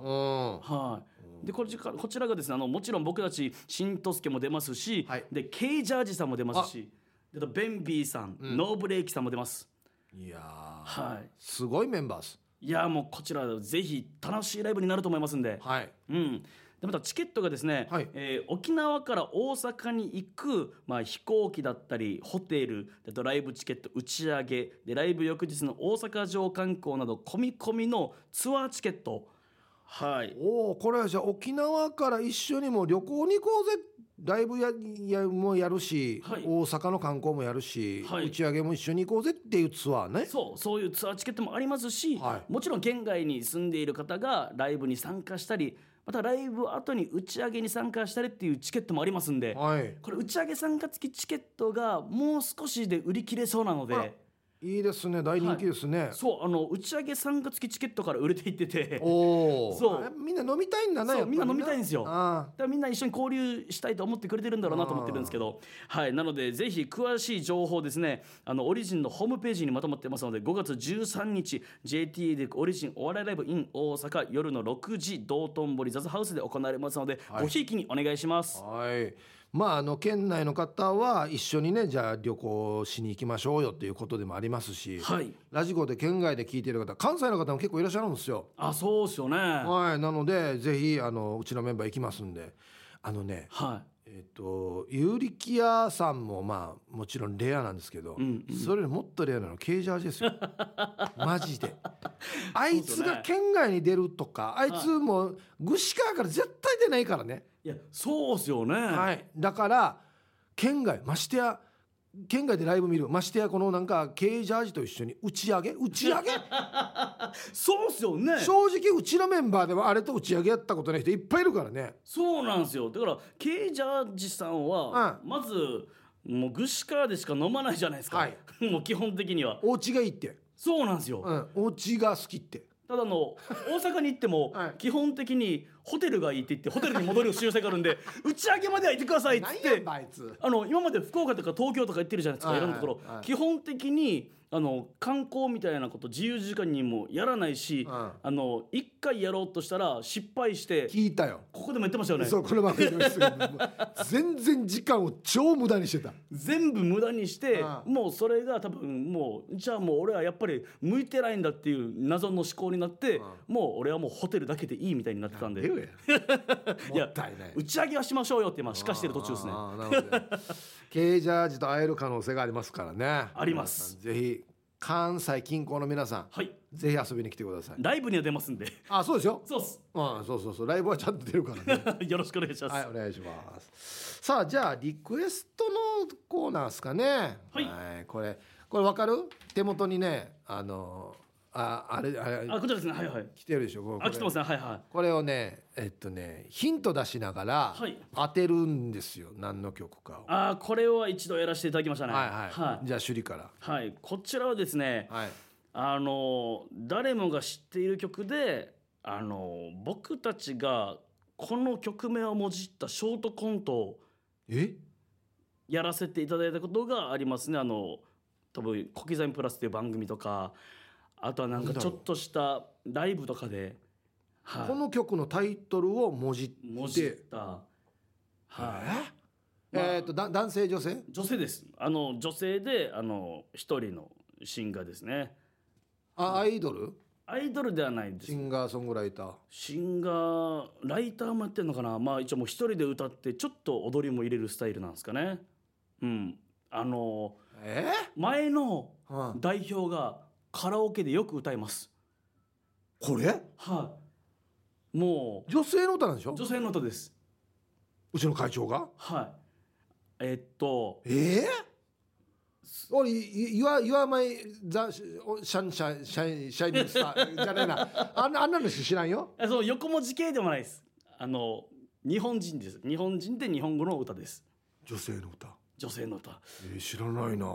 S1: はい。でこちらこちらがですねあのもちろん僕たち新とすけも出ますし、
S2: はい
S1: でケイジャージさんも出ますし、であとベンビーさん、ノーブレーキさんも出ます。
S2: いやー
S1: はい。
S2: すごいメンバーです。
S1: いやーもうこちらぜひ楽しいライブになると思いますんで。
S2: はい。
S1: うん。でまたチケットがですね、
S2: はい
S1: えー沖縄から大阪に行く、まあ、飛行機だったりホテルあとライブチケット打ち上げでライブ翌日の大阪城観光など込み込みのツアーチケットはい
S2: おおこれはじゃあ沖縄から一緒にもう旅行に行こうぜライブややもやるし、
S1: はい
S2: 大阪の観光もやるし、
S1: はい
S2: 打ち上げも一緒に行こうぜっていうツアーね
S1: そうそういうツアーチケットもありますし、
S2: は
S1: もちろん県外に住んでいる方がライブに参加したりまたライブ後に打ち上げに参加したりっていうチケットもありますんで、
S2: はい
S1: これ打ち上げ参加付きチケットがもう少しで売り切れそうなの
S2: あら
S1: で
S2: いいですね大人気ですね、
S1: そうあの打ち上げ参加付きチケットから売れていっててだか
S2: おお
S1: そう
S2: みんな飲みたいんだな
S1: そう
S2: やっぱり
S1: みんな飲みたいんですよ
S2: あ
S1: らみんな一緒に交流したいと思ってくれてるんだろうなと思ってるんですけどはいなのでぜひ詳しい情報ですねあのオリジンのホームページにまとまってますので5月13日 JTA でオリジンお笑いライブ in 大阪夜の6時道頓堀ザズハウスで行われますので、
S2: はい
S1: ごひいきにお願いします。
S2: あはいまああの県内の方は一緒にねじゃあ旅行しに行きましょうよっていうことでもありますし、
S1: はい
S2: ラジコで県外で聞いている方関西の方も結構いらっしゃるんですよ
S1: あそうですよねは
S2: はい、なのでぜひあのうちのメンバー行きますんであのねえっとユーリキアさんもまあもちろんレアなんですけど、
S1: ん
S2: それよりもっとレアなのケージャージ
S1: [LAUGHS]
S2: ですよマジであいつ
S1: そうだ
S2: が
S1: ね
S2: 県外に出るとかあいつも具志川から絶対出ないからね、
S1: いいやそうですよね
S2: はいい、だから県外ましてや県外でライブ見るましてやこのなんかケージャージと一緒に打ち上げ打ち上げ
S1: [LAUGHS] そうですよね
S2: 正直うちのメンバーではあれと打ち上げやったことない人いっぱいいるからね
S1: そうなんですよだからケイジャージさんは、まずもうグシカーでしか飲まないじゃないですか、
S2: はい
S1: [LAUGHS] もう基本的には
S2: お家がいいって、
S1: そうなんですよ、
S2: うん、お家が好きって
S1: ただあの大阪に行っても、
S2: [LAUGHS] はい
S1: 基本的にホテルがいいって言ってホテルに戻る習性がある
S2: [LAUGHS]
S1: んで打ち上げまではいてくださいっつって
S2: あいつ
S1: あの今まで福岡とか東京とか行ってるじゃないですか、
S2: はいい
S1: ろんなところ、
S2: はい
S1: 基本的にあの観光みたいなこと自由時間にもやらないし、
S2: うん
S1: あの一回やろうとしたら失敗して
S2: 聞いたよ
S1: ここでも言ってましたよね
S2: そうこの番組でも言ってたけど全然時間を超無駄にしてた
S1: 全部無駄にして
S2: ああ
S1: もうそれが多分もうじゃあもう俺はやっぱり向いてないんだっていう謎の思考になって
S2: あ
S1: もう俺はもうホテルだけでいいみたいになってたんで
S2: なんで
S1: [LAUGHS] い
S2: よ
S1: や
S2: もったいない
S1: 打ち上げはしましょうよってまあしかしてる途中ですね
S2: あーなるほどねケージャージと会える可能性がありますからね
S1: あります
S2: 皆さんぜひ関西近郊の皆さん
S1: はい
S2: ぜひ遊びに来てください
S1: ライブには出ますんで [LAUGHS]
S2: あそうですよ
S1: そうっす [LAUGHS]
S2: うんそうそうそうライブはちゃんと出るからね
S1: よろしくお願いします、
S2: はいお願いしますさあじゃあリクエストのコーナーですかね
S1: はい
S2: これこれわかる手元にねあのああれあれ
S1: あこちらですねはいはい
S2: 来てるでしょこれ
S1: あ来てますねはいはい
S2: これをねえっとねヒント出しながら
S1: はい
S2: 当てるんですよ、何の曲かを
S1: あこれは一度やらせていただきましたね
S2: はいは
S1: は
S2: い、
S1: い
S2: じゃあ趣里から
S1: はいこちらはですね
S2: はい
S1: あの誰もが知っている曲であの僕たちがこの曲名をもじったショートコントを
S2: え
S1: やらせていただいたことがありますねあの多分「小刻みプラス」という番組とかあとはなんかちょっとしたライブとかで、はい
S2: この曲のタイトルを文字って
S1: もじった、はい
S2: えーえーっとだ男性女性
S1: 女性ですあの女性であの一人のシンガーですね
S2: あアイドル
S1: アイドルではないです
S2: シンガーソングライター
S1: シンガーライターもやってるのかなまあ一応もう一人で歌ってちょっと踊りも入れるスタイルなんですかねうんあの
S2: え
S1: 前の
S2: ーうん
S1: 代表がカラオケでよく歌います
S2: これ
S1: はいも
S2: 女性の歌なんでしょ
S1: う女性の歌です
S2: うちの会長が
S1: はいえっと
S2: ええ俺、you are, you are my the shine, shine, shine, shining star じゃね
S1: [LAUGHS]
S2: えな。あんな、あんなの知らんよ。
S1: あその横文字系でもないですあの日本人です日本人で日本語の歌です
S2: 女性の歌。
S1: 女性の歌
S2: えー、知らないな。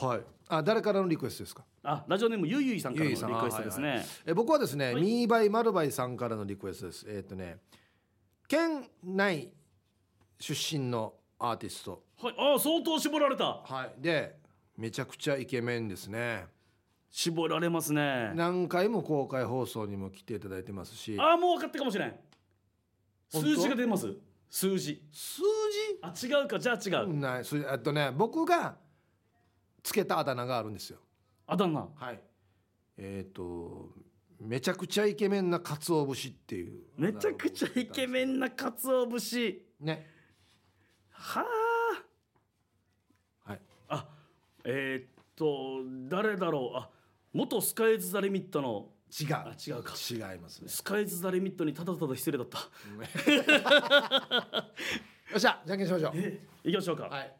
S2: はい。あ、誰からのリクエストですか。
S1: あラジオネームゆいゆいさんからの
S2: ゆい
S1: リ
S2: ゆい
S1: ク
S2: さんあ
S1: エストですね、
S2: はえ、僕はですね、
S1: はい
S2: ミーバイマルバイさんからのリクエストです。えーっ、とね。県内出身のアーティスト。
S1: はいあ相当絞られた
S2: はい。で、めちゃくちゃイケメンですね。
S1: 絞られますね
S2: 何回も公開放送にも来ていただいてますし。
S1: ああもう分かったかもしれん
S2: 本当
S1: 数字が出てます数字
S2: 数字。
S1: あ違うかじゃあ違う、
S2: ないそれえっとね僕がつけたあだ名があるんですよ
S1: あだ名
S2: はいえっ、とめちゃくちゃイケメンな鰹節っていう
S1: めちゃくちゃイケメンな鰹節
S2: ね
S1: は
S2: はい
S1: ああえーっと誰だろうあ元スカイズ・ザ・リミットの
S2: 違う
S1: あ違うか
S2: 違いますね
S1: スカイズ・ザ・リミットにただただ失礼だった
S2: よっしゃじゃんけんしましょう
S1: いきましょうか、
S2: はい、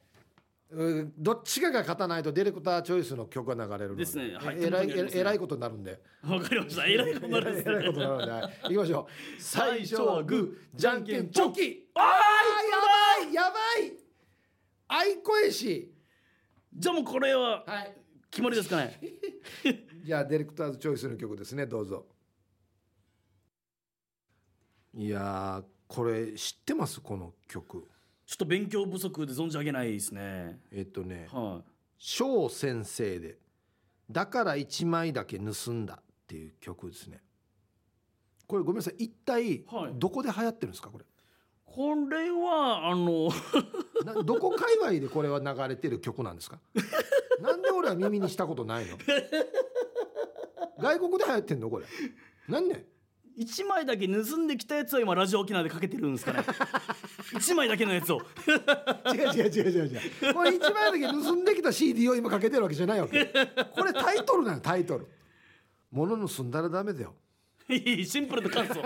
S2: うんどっちかが勝たないとディレクターチョイスの曲が流れるの
S1: ですねはい
S2: えらい
S1: 手元にありますね
S2: えらいことになるんで
S1: わかりましたえらいことになるん
S2: え [LAUGHS]
S1: です
S2: らい
S1: ね
S2: ことになるんで、はい、いきましょう
S1: 最初はグーじゃんけんチョキ
S2: あーやばいやばいあいこえし
S1: じゃあもうこれは
S2: はい
S1: 決まりですかね
S2: じゃあディレクターズチョイスの曲ですねどうぞいやーこれ知ってますこの曲
S1: ちょっと勉強不足で存じ上げないですね
S2: えっとね
S1: は
S2: 翔先生で「だから一枚だけ盗んだ」っていう曲ですねこれごめんなさい一体
S1: はい
S2: どこで流行ってるんですかこれ、
S1: いこれはあの
S2: などこ界隈でこれは流れてる曲なんです [LAUGHS] かなんで俺は耳にしたことない [LAUGHS] の外国で流行ってんのこれなんね
S1: 一枚だけ盗んできたやつは今ラジオ沖縄でかけてるんです
S2: [LAUGHS]
S1: かね一枚だけのやつを
S2: 違う違う違う違う違うこれ一枚だけ盗んできた CD を今かけてるわけじゃないわけこれタイトルなのタイトル物盗んだらダメだよ
S1: いいシンプルな感想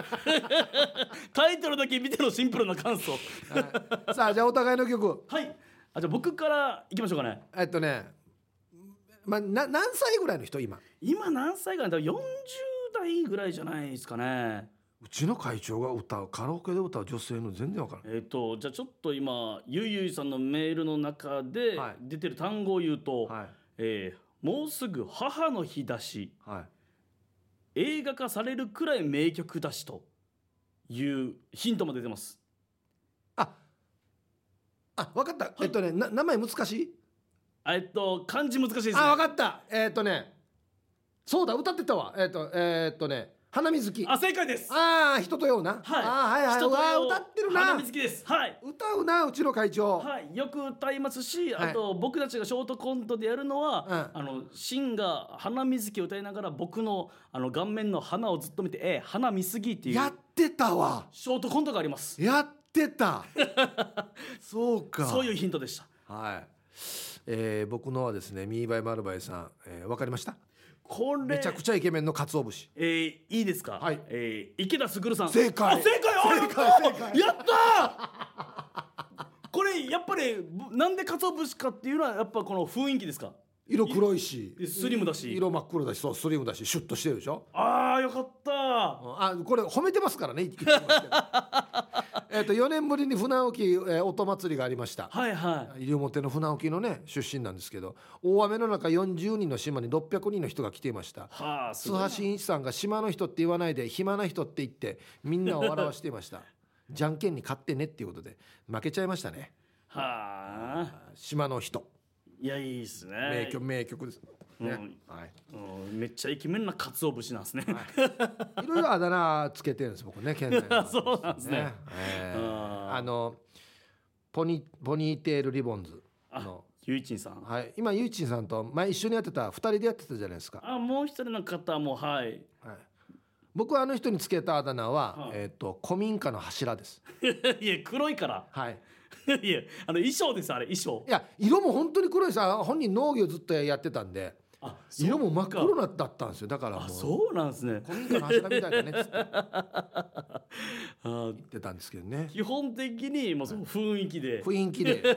S1: タイトルだけ見てのシンプルな感想
S2: はいさあじゃあお互いの曲
S1: はいあじゃあ僕からいきましょうかね
S2: えっとね、まあ、な何歳ぐらいの人今
S1: 今何歳かな多分40代ぐらいじゃないですかね
S2: うちの会長が歌うカラオケで歌う女性の全然わからない
S1: えっ、とじゃあちょっと今ゆいゆいさんのメールの中で
S2: はい
S1: 出てる単語を言うと、
S2: はい
S1: えーもうすぐ母の日だし
S2: はい
S1: 映画化されるくらい名曲だしというヒントも出てます
S2: ああ分かった、えっとねな名前難しい
S1: えっと漢字難しいですね
S2: あ分かったえっとねそうだ歌ってたわえっとえっとね花水木あ
S1: あ正解です
S2: あー人とような、はい
S1: はい
S2: あーはいはい
S1: 人と
S2: わ
S1: よ
S2: ー歌ってる
S1: 花
S2: な
S1: 水木ですはい
S2: 歌うなうちの会長、
S1: はい、よく歌いますし、
S2: はい
S1: あと僕たちがショートコントでやるのは、
S2: う
S1: あのシンが花水木を歌いながら僕のあの顔面の花をずっと見て「えー花見すぎ」ってい
S2: や
S1: う
S2: ってたわ
S1: ショートコントがあります
S2: やっ
S1: [LAUGHS]
S2: てたそうか
S1: そういうヒントでした
S2: はい。えー、僕のはですね、ミーバイマルバイさん、えー、わかりました。
S1: これ
S2: めちゃくちゃイケメンの鰹節。
S1: えーいいですか、
S2: はい
S1: えー池田卓さん
S2: 正解
S1: あ正解あ
S2: 正解正解
S1: やったー [LAUGHS] これやっぱりぶなんで鰹節かっていうのはやっぱこの雰囲気ですか
S2: 色黒いし、
S1: でスリムだし
S2: 色真っ黒だし、そうスリムだし、シュッとしてるでしょ。
S1: あーよかったー
S2: あ、これ褒めてますからね。言ってます
S1: [LAUGHS]
S2: けどえっと、四年ぶりに船置き、えー、音祭りがありました。
S1: はいはい
S2: 西表の船置きのね出身なんですけど大雨の中40人の島に600人の人が来ていました
S1: はあす
S2: 須
S1: ごいな
S2: 橋真一さんが島の人って言わないで暇な人って言ってみんなを笑わしていました
S1: [LAUGHS]
S2: じゃんけんに勝ってねっていうことで負けちゃいましたね
S1: はあ
S2: 島の人
S1: いやいいですね
S2: 名曲名曲ですね、はい
S1: うんめっちゃイケメンな鰹節なんですね、
S2: いろいろあだ名つけてるんで
S1: [LAUGHS]
S2: す僕ね県内の
S1: そうなんですね
S2: ええ
S1: うん
S2: あのポニポニーテールリボンズ
S1: [LAUGHS] あ
S2: の
S1: ゆいちんさん
S2: はい今ゆいちんさんと前一緒にやってた2人でやってたじゃないですか、
S1: あもう一人の方もはい [LAUGHS]
S2: はい、僕はあの人につけたあだ名は、
S1: はい
S2: えっ、と古民家の柱です
S1: いや黒いから [LAUGHS]
S2: はい
S1: いやあの衣装ですあれ衣装
S2: いや色も本当に黒いさ本人農業ずっとやってたんで
S1: あそう
S2: 色も真っ黒なだったんですよだからも
S1: あ
S2: う
S1: そうなんですね
S2: 古民家の柱みたいだねっつって言っ
S1: あ
S2: てたんですけ
S1: [LAUGHS]
S2: どね
S1: 基本的にもうその雰囲気で
S2: 雰囲気でやっ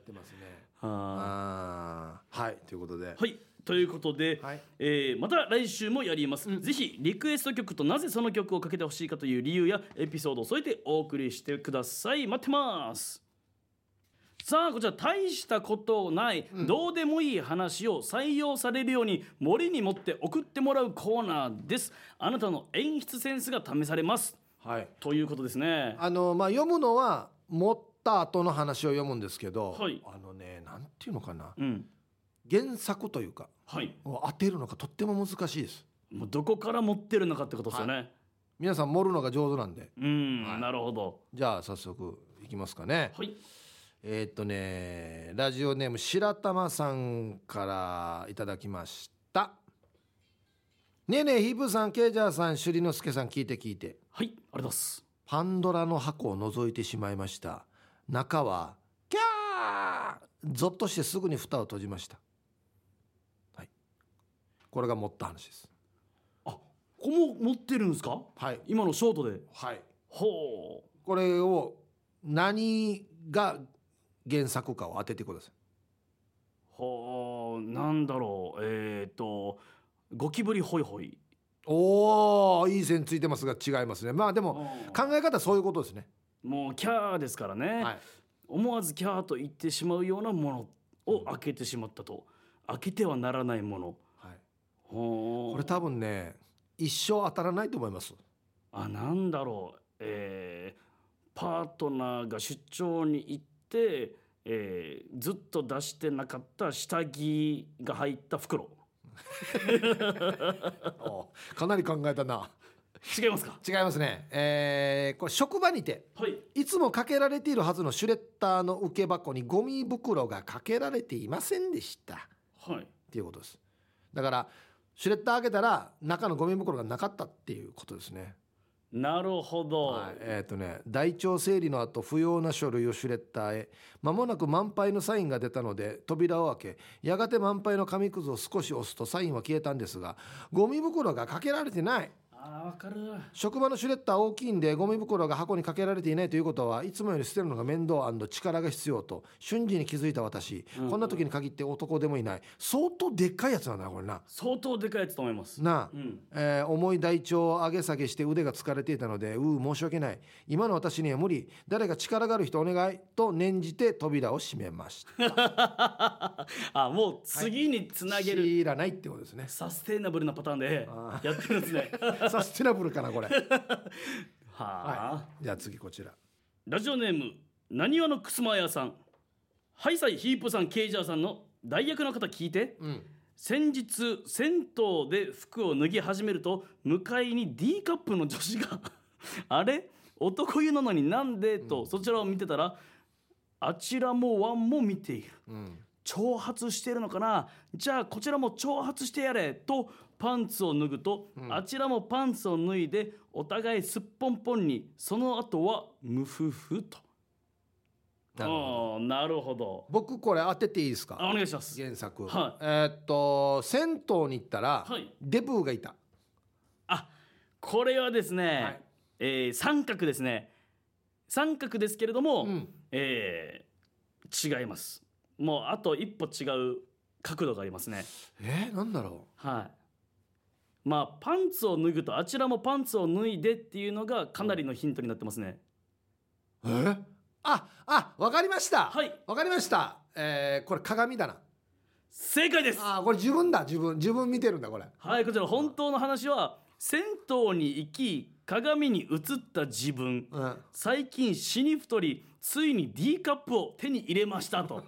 S2: てますね
S1: [LAUGHS] は
S2: あーはいということで、
S1: あはいということで、
S2: はい
S1: えーまた来週もやります、ぜひリクエスト曲となぜその曲をかけてほしいかという理由やエピソードを添えてお送りしてください待ってますさあこちら大したことない、どうでもいい話を採用されるように森に持って送ってもらうコーナーですあなたの演出センスが試されます
S2: はい、
S1: ということですね
S2: あのまあ読むのは持った後の話を読むんですけど、
S1: はい
S2: あのねなんていうのかな
S1: うん
S2: 原作というか
S1: はい
S2: を当てるのがとっても難しいです
S1: もうどこから持ってるのかってことですよね、
S2: 皆さん盛るのが上手なんで
S1: うん、
S2: はい
S1: なるほど
S2: じゃあ早速いきますかね
S1: はい
S2: えーっとねラジオネーム白玉さんからいただきましたねえねえヒープーさんケイジャーさん朱里之助さん聞いて聞いて
S1: はいありがとうございます
S2: パンドラの箱を覗いてしまいました中はキャーゾッとしてすぐに蓋を閉じましたはいこれが持った話です
S1: あこれも持ってるんですか
S2: はい
S1: 今のショートで
S2: はい
S1: ほう
S2: これを何が原作かを当ててください
S1: ほうなんだろうえっ、とゴキブリホイホイ
S2: おおいい線ついてますが違いますねまあでも考え方はそういうことですね
S1: もうキャーですからね、
S2: はい
S1: 思わずキャーと言ってしまうようなものを開けてしまったと開けてはならないもの
S2: はい
S1: ほう
S2: これ多分ね一生当たらないと思い [LAUGHS] ます
S1: あなんだろうえーパートナーが出張に行って、えーずっと出してなかった下着が入った袋
S2: おーかなり考えたな
S1: 違いますか
S2: 違いますねえーこれ職場にて
S1: はい
S2: いつもかけられているはずのシュレッダーの受け箱にゴミ袋がかけられていませんでしたっ
S1: はい
S2: ていうことですだからシュレッダー開けたら中のゴミ袋がなかったっていうことですね
S1: なるほど、
S2: はい、えっ、とね大腸整理の後不要な書類をシュレッダーへ間もなく満杯のサインが出たので扉を開けやがて満杯の紙くずを少し押すとサインは消えたんですがゴミ袋がかけられてない
S1: あーわかる
S2: 職場のシュレッダー大きいんでゴミ袋が箱にかけられていないということはいつもより捨てるのが面倒力が必要と瞬時に気づいた私、
S1: うん
S2: こんな時に限って男でもいない相当でっかいやつなんだなこれな
S1: 相当でかいやつと思います
S2: なあ
S1: うん
S2: えー重い台帳を上げ下げして腕が疲れていたので「うう申し訳ない今の私には無理誰か力がある人お願い」と念じて扉を閉めました
S1: あもう次につなげる、
S2: 知らないってことですね
S1: サステイナブルなパターンで
S2: あ
S1: やってるんです
S2: [LAUGHS]
S1: ねは [LAUGHS]
S2: サステナブルかなこれ、は
S1: あ、
S2: い、じゃあ次こちら
S1: ラジオネームなにわのくすまやさんハイサイヒープさんケイジャーさんの代役の方聞いて
S2: うん
S1: 先日銭湯で服を脱ぎ始めると向かいに D カップの女子が [LAUGHS] あれ男湯なのになんでとそちらを見てたらあちらもワンも見ている
S2: うん
S1: 挑発してるのかなじゃあこちらも挑発してやれとパンツを脱ぐと、あちらもパンツを脱いでお互いすっぽんぽんにその後はムフフと
S2: なるほど
S1: あーなるほど
S2: 僕これ当てていいです
S1: あ
S2: か
S1: お願いします
S2: 原作、
S1: はい
S2: えーっと銭湯に行ったら、
S1: はい
S2: デブーがいた
S1: あこれはですね、
S2: はい
S1: えー三角ですね三角ですけれども、
S2: うん
S1: えー違いますもうあと一歩違う角度がありますね
S2: えー、なんだろ
S1: はい。まあパンツを脱ぐとあちらもパンツを脱いでっていうのがかなりのヒントになってますね。
S2: うえー、ああわかりました
S1: はい
S2: わかりましたえー、これ鏡だな
S1: 正解です。
S2: あーこれ自分だ自分自分見てるんだこれ
S1: はい、こちら本当の話は銭湯に行き鏡に映った自分。
S2: うん
S1: 最近死に太りついに D カップを手に入れました
S2: [LAUGHS]
S1: と。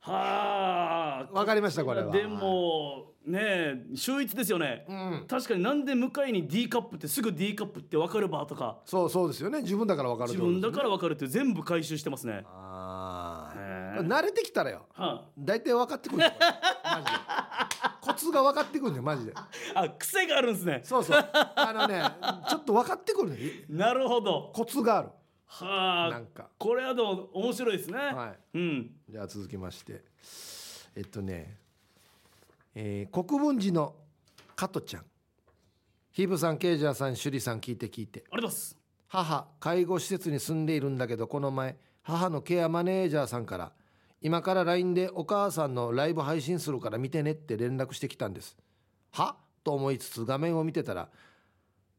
S1: はあ。
S2: わかりましたこれは
S1: でもねえ秀逸ですよね。
S2: うん
S1: 確かになんで向かいに D カップってすぐ D カップって分かるばとか
S2: そうそうですよね自分だからわかるって
S1: 自
S2: ことです
S1: 分だから分かるって全部回収してますね。
S2: あ
S1: へ
S2: ー
S1: ー
S2: 慣れてきたらよ
S1: は
S2: 大体分かってくるよこれマジでコツが分かってくるんだよマジで
S1: あ、あ癖があるんですね
S2: そうそうあのねちょっと分かってくるんだよ
S1: なるほど
S2: コツがある
S1: は
S2: な
S1: あ
S2: んか
S1: これはでも面白いですね、
S2: は
S1: うん
S2: いじゃあ続きましてえっとね、えー国分寺の加トちゃんヒブさんケイジャーさん趣里さん聞いて聞いて
S1: ありがとうございます
S2: 母介護施設に住んでいるんだけどこの前母のケアマネージャーさんから「今から LINE でお母さんのライブ配信するから見てね」って連絡してきたんです。はと思いつつ画面を見てたら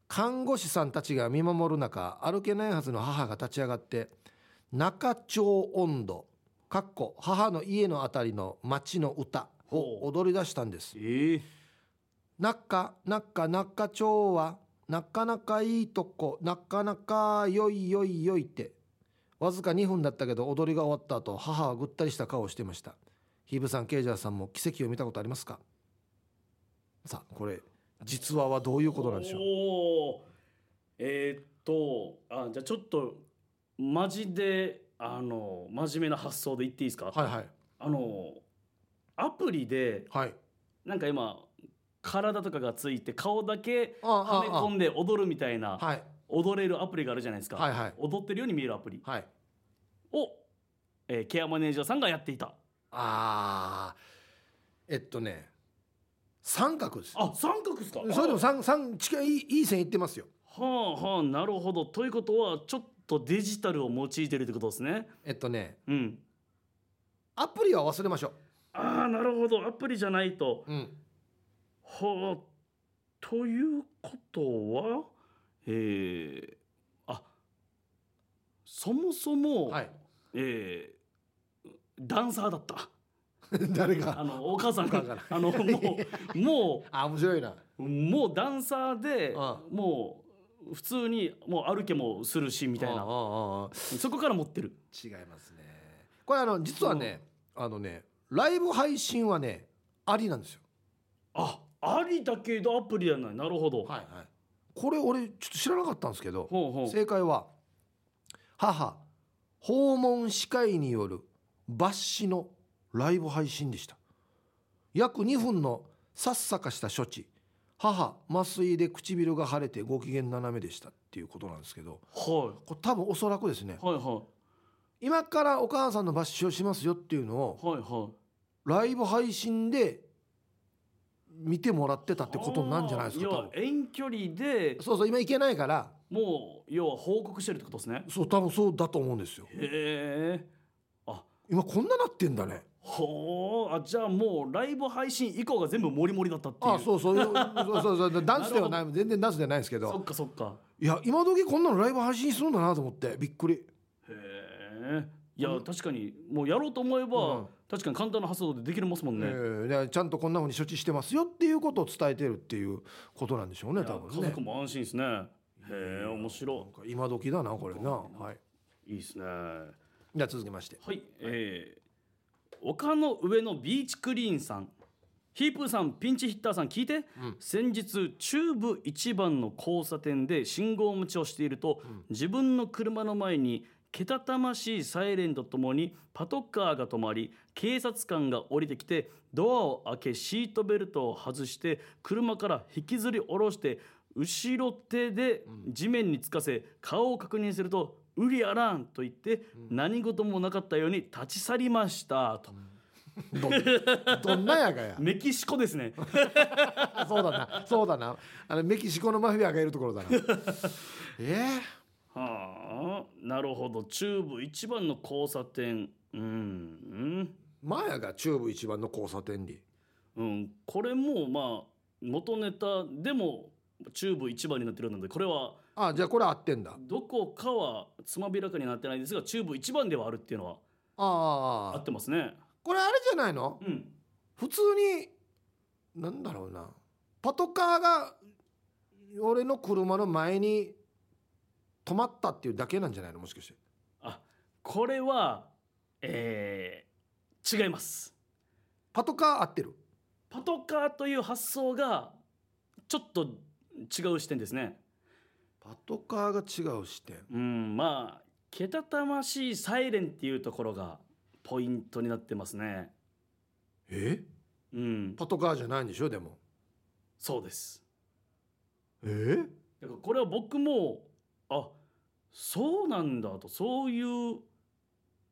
S2: 看護師さんたちが見守る中歩けないはずの母が立ち上がって「中町温度」かっこ母の家のあたりの町の歌を踊り出したんです。
S1: ええ
S2: なっかなっかなっか町はなかなかいいとこなかなかよいよいよいってわずか2分だったけど踊りが終わった後母はぐったりした顔をしていましたヒーブさんケイジャーさんも奇跡を見たことありますかさあこれ実話はどういうことなんでしょう
S1: おーえーっとあじゃあちょっとマジであの真面目な発想で言っていいですか、
S2: はいはい
S1: あのアプリで
S2: はい
S1: なんか今体とかがついて顔だけ
S2: ああ
S1: はめ
S2: あ
S1: 込んで踊るみたいな
S2: あはい
S1: 踊れるアプリがあるじゃないですか、
S2: はいはい
S1: 踊ってるように見えるアプリ
S2: はい
S1: を、えーケアマネージャーさんがやっていた
S2: あーえっとね三角です
S1: あ三角ですか
S2: それでも三三近いいいい線いってますよ
S1: はあはあなるほどということはちょっとデジタルを用いてるってことですね
S2: えっとね
S1: うん
S2: アプリは忘れましょ
S1: ああなるほどアプリじゃないと
S2: う、うん、
S1: はあということはえー、あそもそも、
S2: はい [LAUGHS]
S1: えーダンサーだった
S2: 誰
S1: あ
S2: が
S1: のお母さん
S2: お
S1: が
S2: 母さんが
S1: あのもうも
S2: あ面白いな
S1: うもうダンサーで
S2: ああ
S1: もう普通にもう歩けもするしみ
S2: み
S1: たいな
S2: な
S1: そこから持ってる
S2: 違いますねこれあの実はねあのねライブ配信はねありなんですよ
S1: あありだけどアプリじゃないなるほど、
S2: いはいこれ俺ちょっと知らなかったんですけど
S1: ほうほう
S2: 正解は母訪問歯科医による抜歯のライブ配信でした約2分のさっさかした処置母麻酔で唇が腫れてご機嫌斜めでしたっていうことなんですけ
S1: は
S2: どこれ多分おそらくですね
S1: いはいは
S2: 今からお母さんの抜歯をしますよっていうのを
S1: いはいはい
S2: ライブ配信で見てもらってたってことなんじゃないですか
S1: あー
S2: 多
S1: 要は
S2: 分
S1: 遠距離で
S2: そうそう今行けないから
S1: もう要は報告してるってことですね
S2: そう多分そうだと思うんですよ
S1: へえ
S2: 今こんななってんだね
S1: ほうあじゃあもうライブ配信以降が全部モリモリだったっていう
S2: あそうそういうそうそうそうダンスではない全然ダンスではないんですけ
S1: そ
S2: ど
S1: っかそっか
S2: いや今時こんなのライブ配信するんだなと思ってびっくり
S1: へえいや、確かにもうやろうと思えば、
S2: うん
S1: 確かに簡単な発想でできますもんね、
S2: えーでちゃんとこんなふうに処置してますよっていうことを伝えてるっていうことなんでしょうね
S1: いや
S2: 多分
S1: 家
S2: ね
S1: 族も安心ですねへえ面白
S2: なんか今時だなこれなはい
S1: いいいですねは
S2: じゃあ続きまして
S1: い、えー丘の上のビーチクリーンさんヒープーさんピンチヒッターさん聞いて、
S2: ん
S1: 先日中部一番の交差点で信号待ちをしていると、自分の車の前にけたたましいサイレンとともにパトカーが止まり警察官が降りてきてドアを開けシートベルトを外して車から引きずり下ろして後ろ手で地面につかせ顔を確認すると「ウリアラン!」と言って何事もなかったように立ち去りましたと、
S2: どんどんなやがや
S1: メキシコですね。
S2: あそうだなそうだなあのメキシコのマフィアがいるところだなえ
S1: はあなるほど中部一番の交差点うん
S2: ー、マヤが中部一番の交差点に
S1: うん、うん、これもまあ元ネタでも中部一番になってるのでこれは
S2: あじゃあこれ合ってんだあ
S1: どこかはつまびらかになってないですが中部一番ではあるっていうのは
S2: あ
S1: 合
S2: あ
S1: ってますね。
S2: これあれじゃないの
S1: うん、
S2: 普通になんだろうなパトカーが俺の車の前に止まったっていうだけなんじゃないのもしかして
S1: あこれは、えー違います。
S2: パトカー合ってる
S1: パトカーという発想がちょっと違う視点ですね。
S2: パトカーが違う視点
S1: うん、まあけたたましいサイレンっていうところがポイントになってますね。
S2: え
S1: うん、
S2: パトカーじゃないんでしょでも
S1: そうです。
S2: え
S1: だからこれは僕もあそうなんだとそういう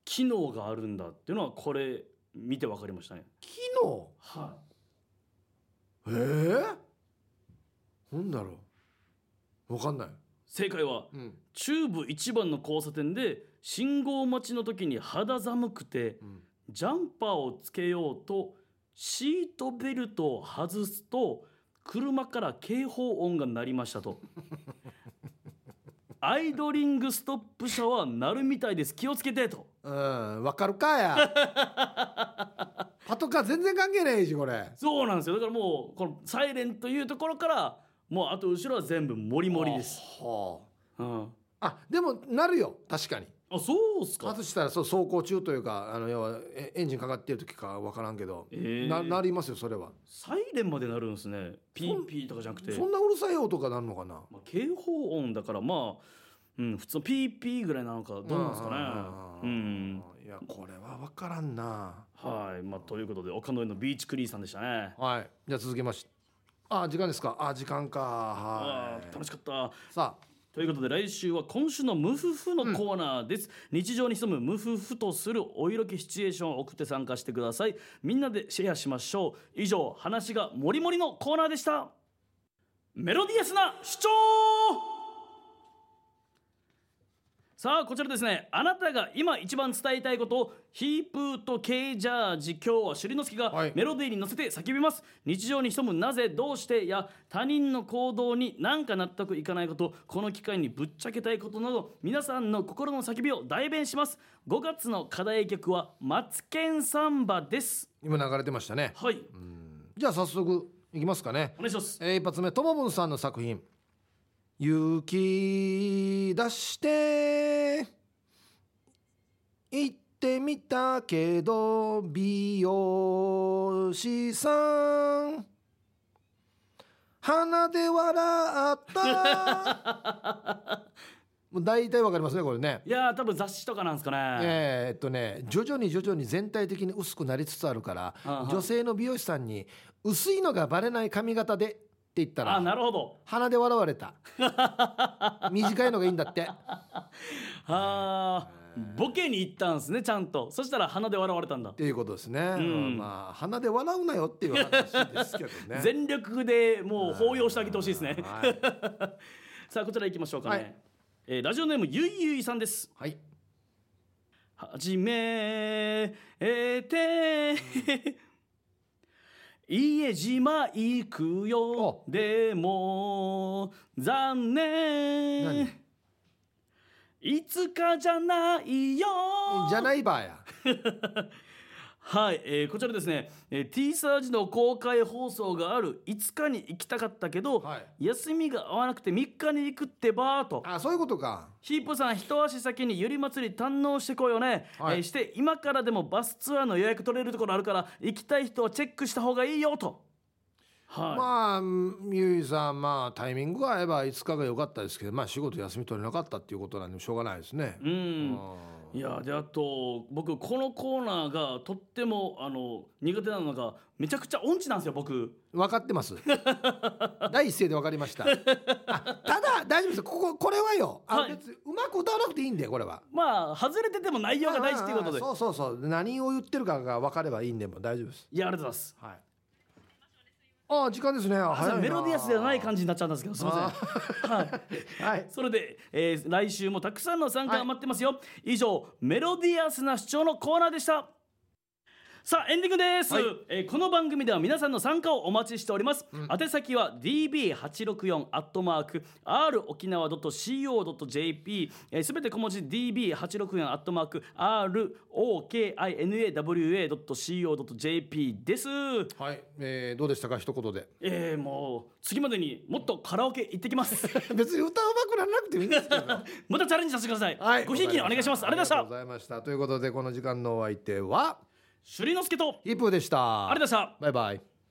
S1: 機能があるんだっていうのはこれ見て分かりましたね。
S2: 機能
S1: は
S2: えー、なんだろうわかんない、
S1: い、正解は
S2: うん
S1: 中部一番の交差点で信号待ちの時に肌寒くて
S2: うん、
S1: ジャンパーをつけようとシートベルトを外すと車から警報音が鳴りましたと [LAUGHS] アイドリングストップ車は鳴るみたいです気をつけてと
S2: うん、わかるかやパトカー全然関係ないしこれ
S1: そうなんですよだからもうこのサイレンというところからもうあと後ろは全部モリモリです
S2: はあ
S1: うん
S2: あでもなるよ確かに
S1: あそうっすか
S2: 外したらそう走行中というかあの要はエエンジンかかってる時か分からんけど、
S1: えー
S2: ななりますよそれは
S1: サイレンまで鳴るんですねピーピーとかじゃなくて
S2: そんなうるさい音がなるのかな
S1: まあ、警報音だからまあ、うん、普通のピーピーぐらいなのかどうなんですかね。う
S2: うん
S1: ん、
S2: いやこれは分からんな
S1: はいまあ、ということで岡野へのビーチクリーンさんでしたね。
S2: はいじゃあ続きましてあ時間ですかあ時間か
S1: あ
S2: は
S1: ー
S2: い
S1: 楽しかった
S2: さあ
S1: ということで来週は今週のムフフのコーナーです、日常に潜むムフフとするお色気シチュエーションを送って参加してくださいみんなでシェアしましょう以上話がもりもりのコーナーでしたメロディアスな主張さあこちらですねあなたが今一番伝えたいことをヒープーと K ジャージ今日は朱里之助が
S2: はい
S1: メロディーに乗せて叫びます、日常に潜むなぜどうしてや他人の行動に何か納得いかないことこの機会にぶっちゃけたいことなど皆さんの心の叫びを代弁します5月の課題曲は「マツケンサンバ」です
S2: 今流れてましたね
S1: はい
S2: じゃあ早速いきますかね
S1: お願いします
S2: えー一発目ともぶんさんの作品「勇気出して」「行ってみたけど美容師さん」鼻で笑った。もう大体わかりますね、これね。
S1: いやー多分雑誌とかなんですかね、
S2: えーっとね徐々に徐々に全体的に薄くなりつつあるから
S1: あはい
S2: 女性の美容師さんに「薄いのがバレない髪型で」って言った
S1: あ
S2: ら
S1: なるほど
S2: 鼻で笑わ
S1: [LAUGHS]
S2: れた短いのがいいんだって
S1: あーボケに行ったんですねちゃんとそしたら鼻で笑われたんだ
S2: っていうことですね、
S1: ん
S2: まあ鼻で笑うなよっていう話ですけど
S1: [LAUGHS]
S2: ね
S1: 全力でもう抱擁してあげてほしいですね。
S2: はい、
S1: さあこちら行きましょうかね。
S2: はい
S1: えーラジオネームゆいゆいさんです。
S2: はい
S1: はじめて。家島行くよ
S2: お
S1: でも残念
S2: 何
S1: いつかじゃないよ
S2: じゃないバーや
S1: はい、えーこちらですね、えー、T サージの公開放送がある5日に行きたかったけど、
S2: はい
S1: 休みが合わなくて3日に行くってばーと
S2: あそういうことか
S1: ヒープさん一足先にゆり祭り堪能してこいよね、
S2: はい
S1: えーして今からでもバスツアーの予約取れるところあるから行きたい人はチェックした方がいいよとはい、
S2: まあうんゆいさんまあタイミングが合えば5日が良かったですけどまあ仕事休み取れなかったっていうことなんでしょうがないですね、
S1: うん
S2: うん
S1: いやであと僕このコーナーがとってもあの苦手なのがめちゃくちゃ音痴なんですよ僕
S2: 分かって
S1: [LAUGHS]
S2: ます。第一声で分かりました。あただ大丈夫です。こここれはよ。あ、
S1: はい
S2: 別にうまく歌わなくていいんだよこれは。
S1: まあ外れてても内容が大事ということで
S2: あああそうそうそう。何を言ってるかが分かればいいんでもう大丈夫です。
S1: いやありがとうございます
S2: はい。あ時間ですね。
S1: あすいません
S2: 早いな
S1: メロディアスではない感じになっちゃったんですけどすいませんはい [LAUGHS]
S2: はい。
S1: それで、えー来週もたくさんの参加が待ってますよ、以上メロディアスな主張のコーナーでしたさあエンディングです、
S2: はい
S1: えーこの番組では皆さんの参加をお待ちしております、宛先は db864 アットマーク r 沖縄 .co.jp す、えー、べ、て小文字 db864 アットマーク r okinawa.co.jp です
S2: はい。えーどうでしたか一言で。 [LAUGHS]
S1: えー、もう次までにもっとカラオケ行ってきます [LAUGHS]
S2: 別に歌うまくならなくてもいいんですけど。
S1: またチャレンジさせてください、
S2: はい。
S1: ごひいきにお願いしますありがとうございました
S2: ありがとうございました。ということでこの時間のお相手は
S1: 朱里之助と
S2: イプーでした。
S1: ありがとうございました
S2: バイバイ。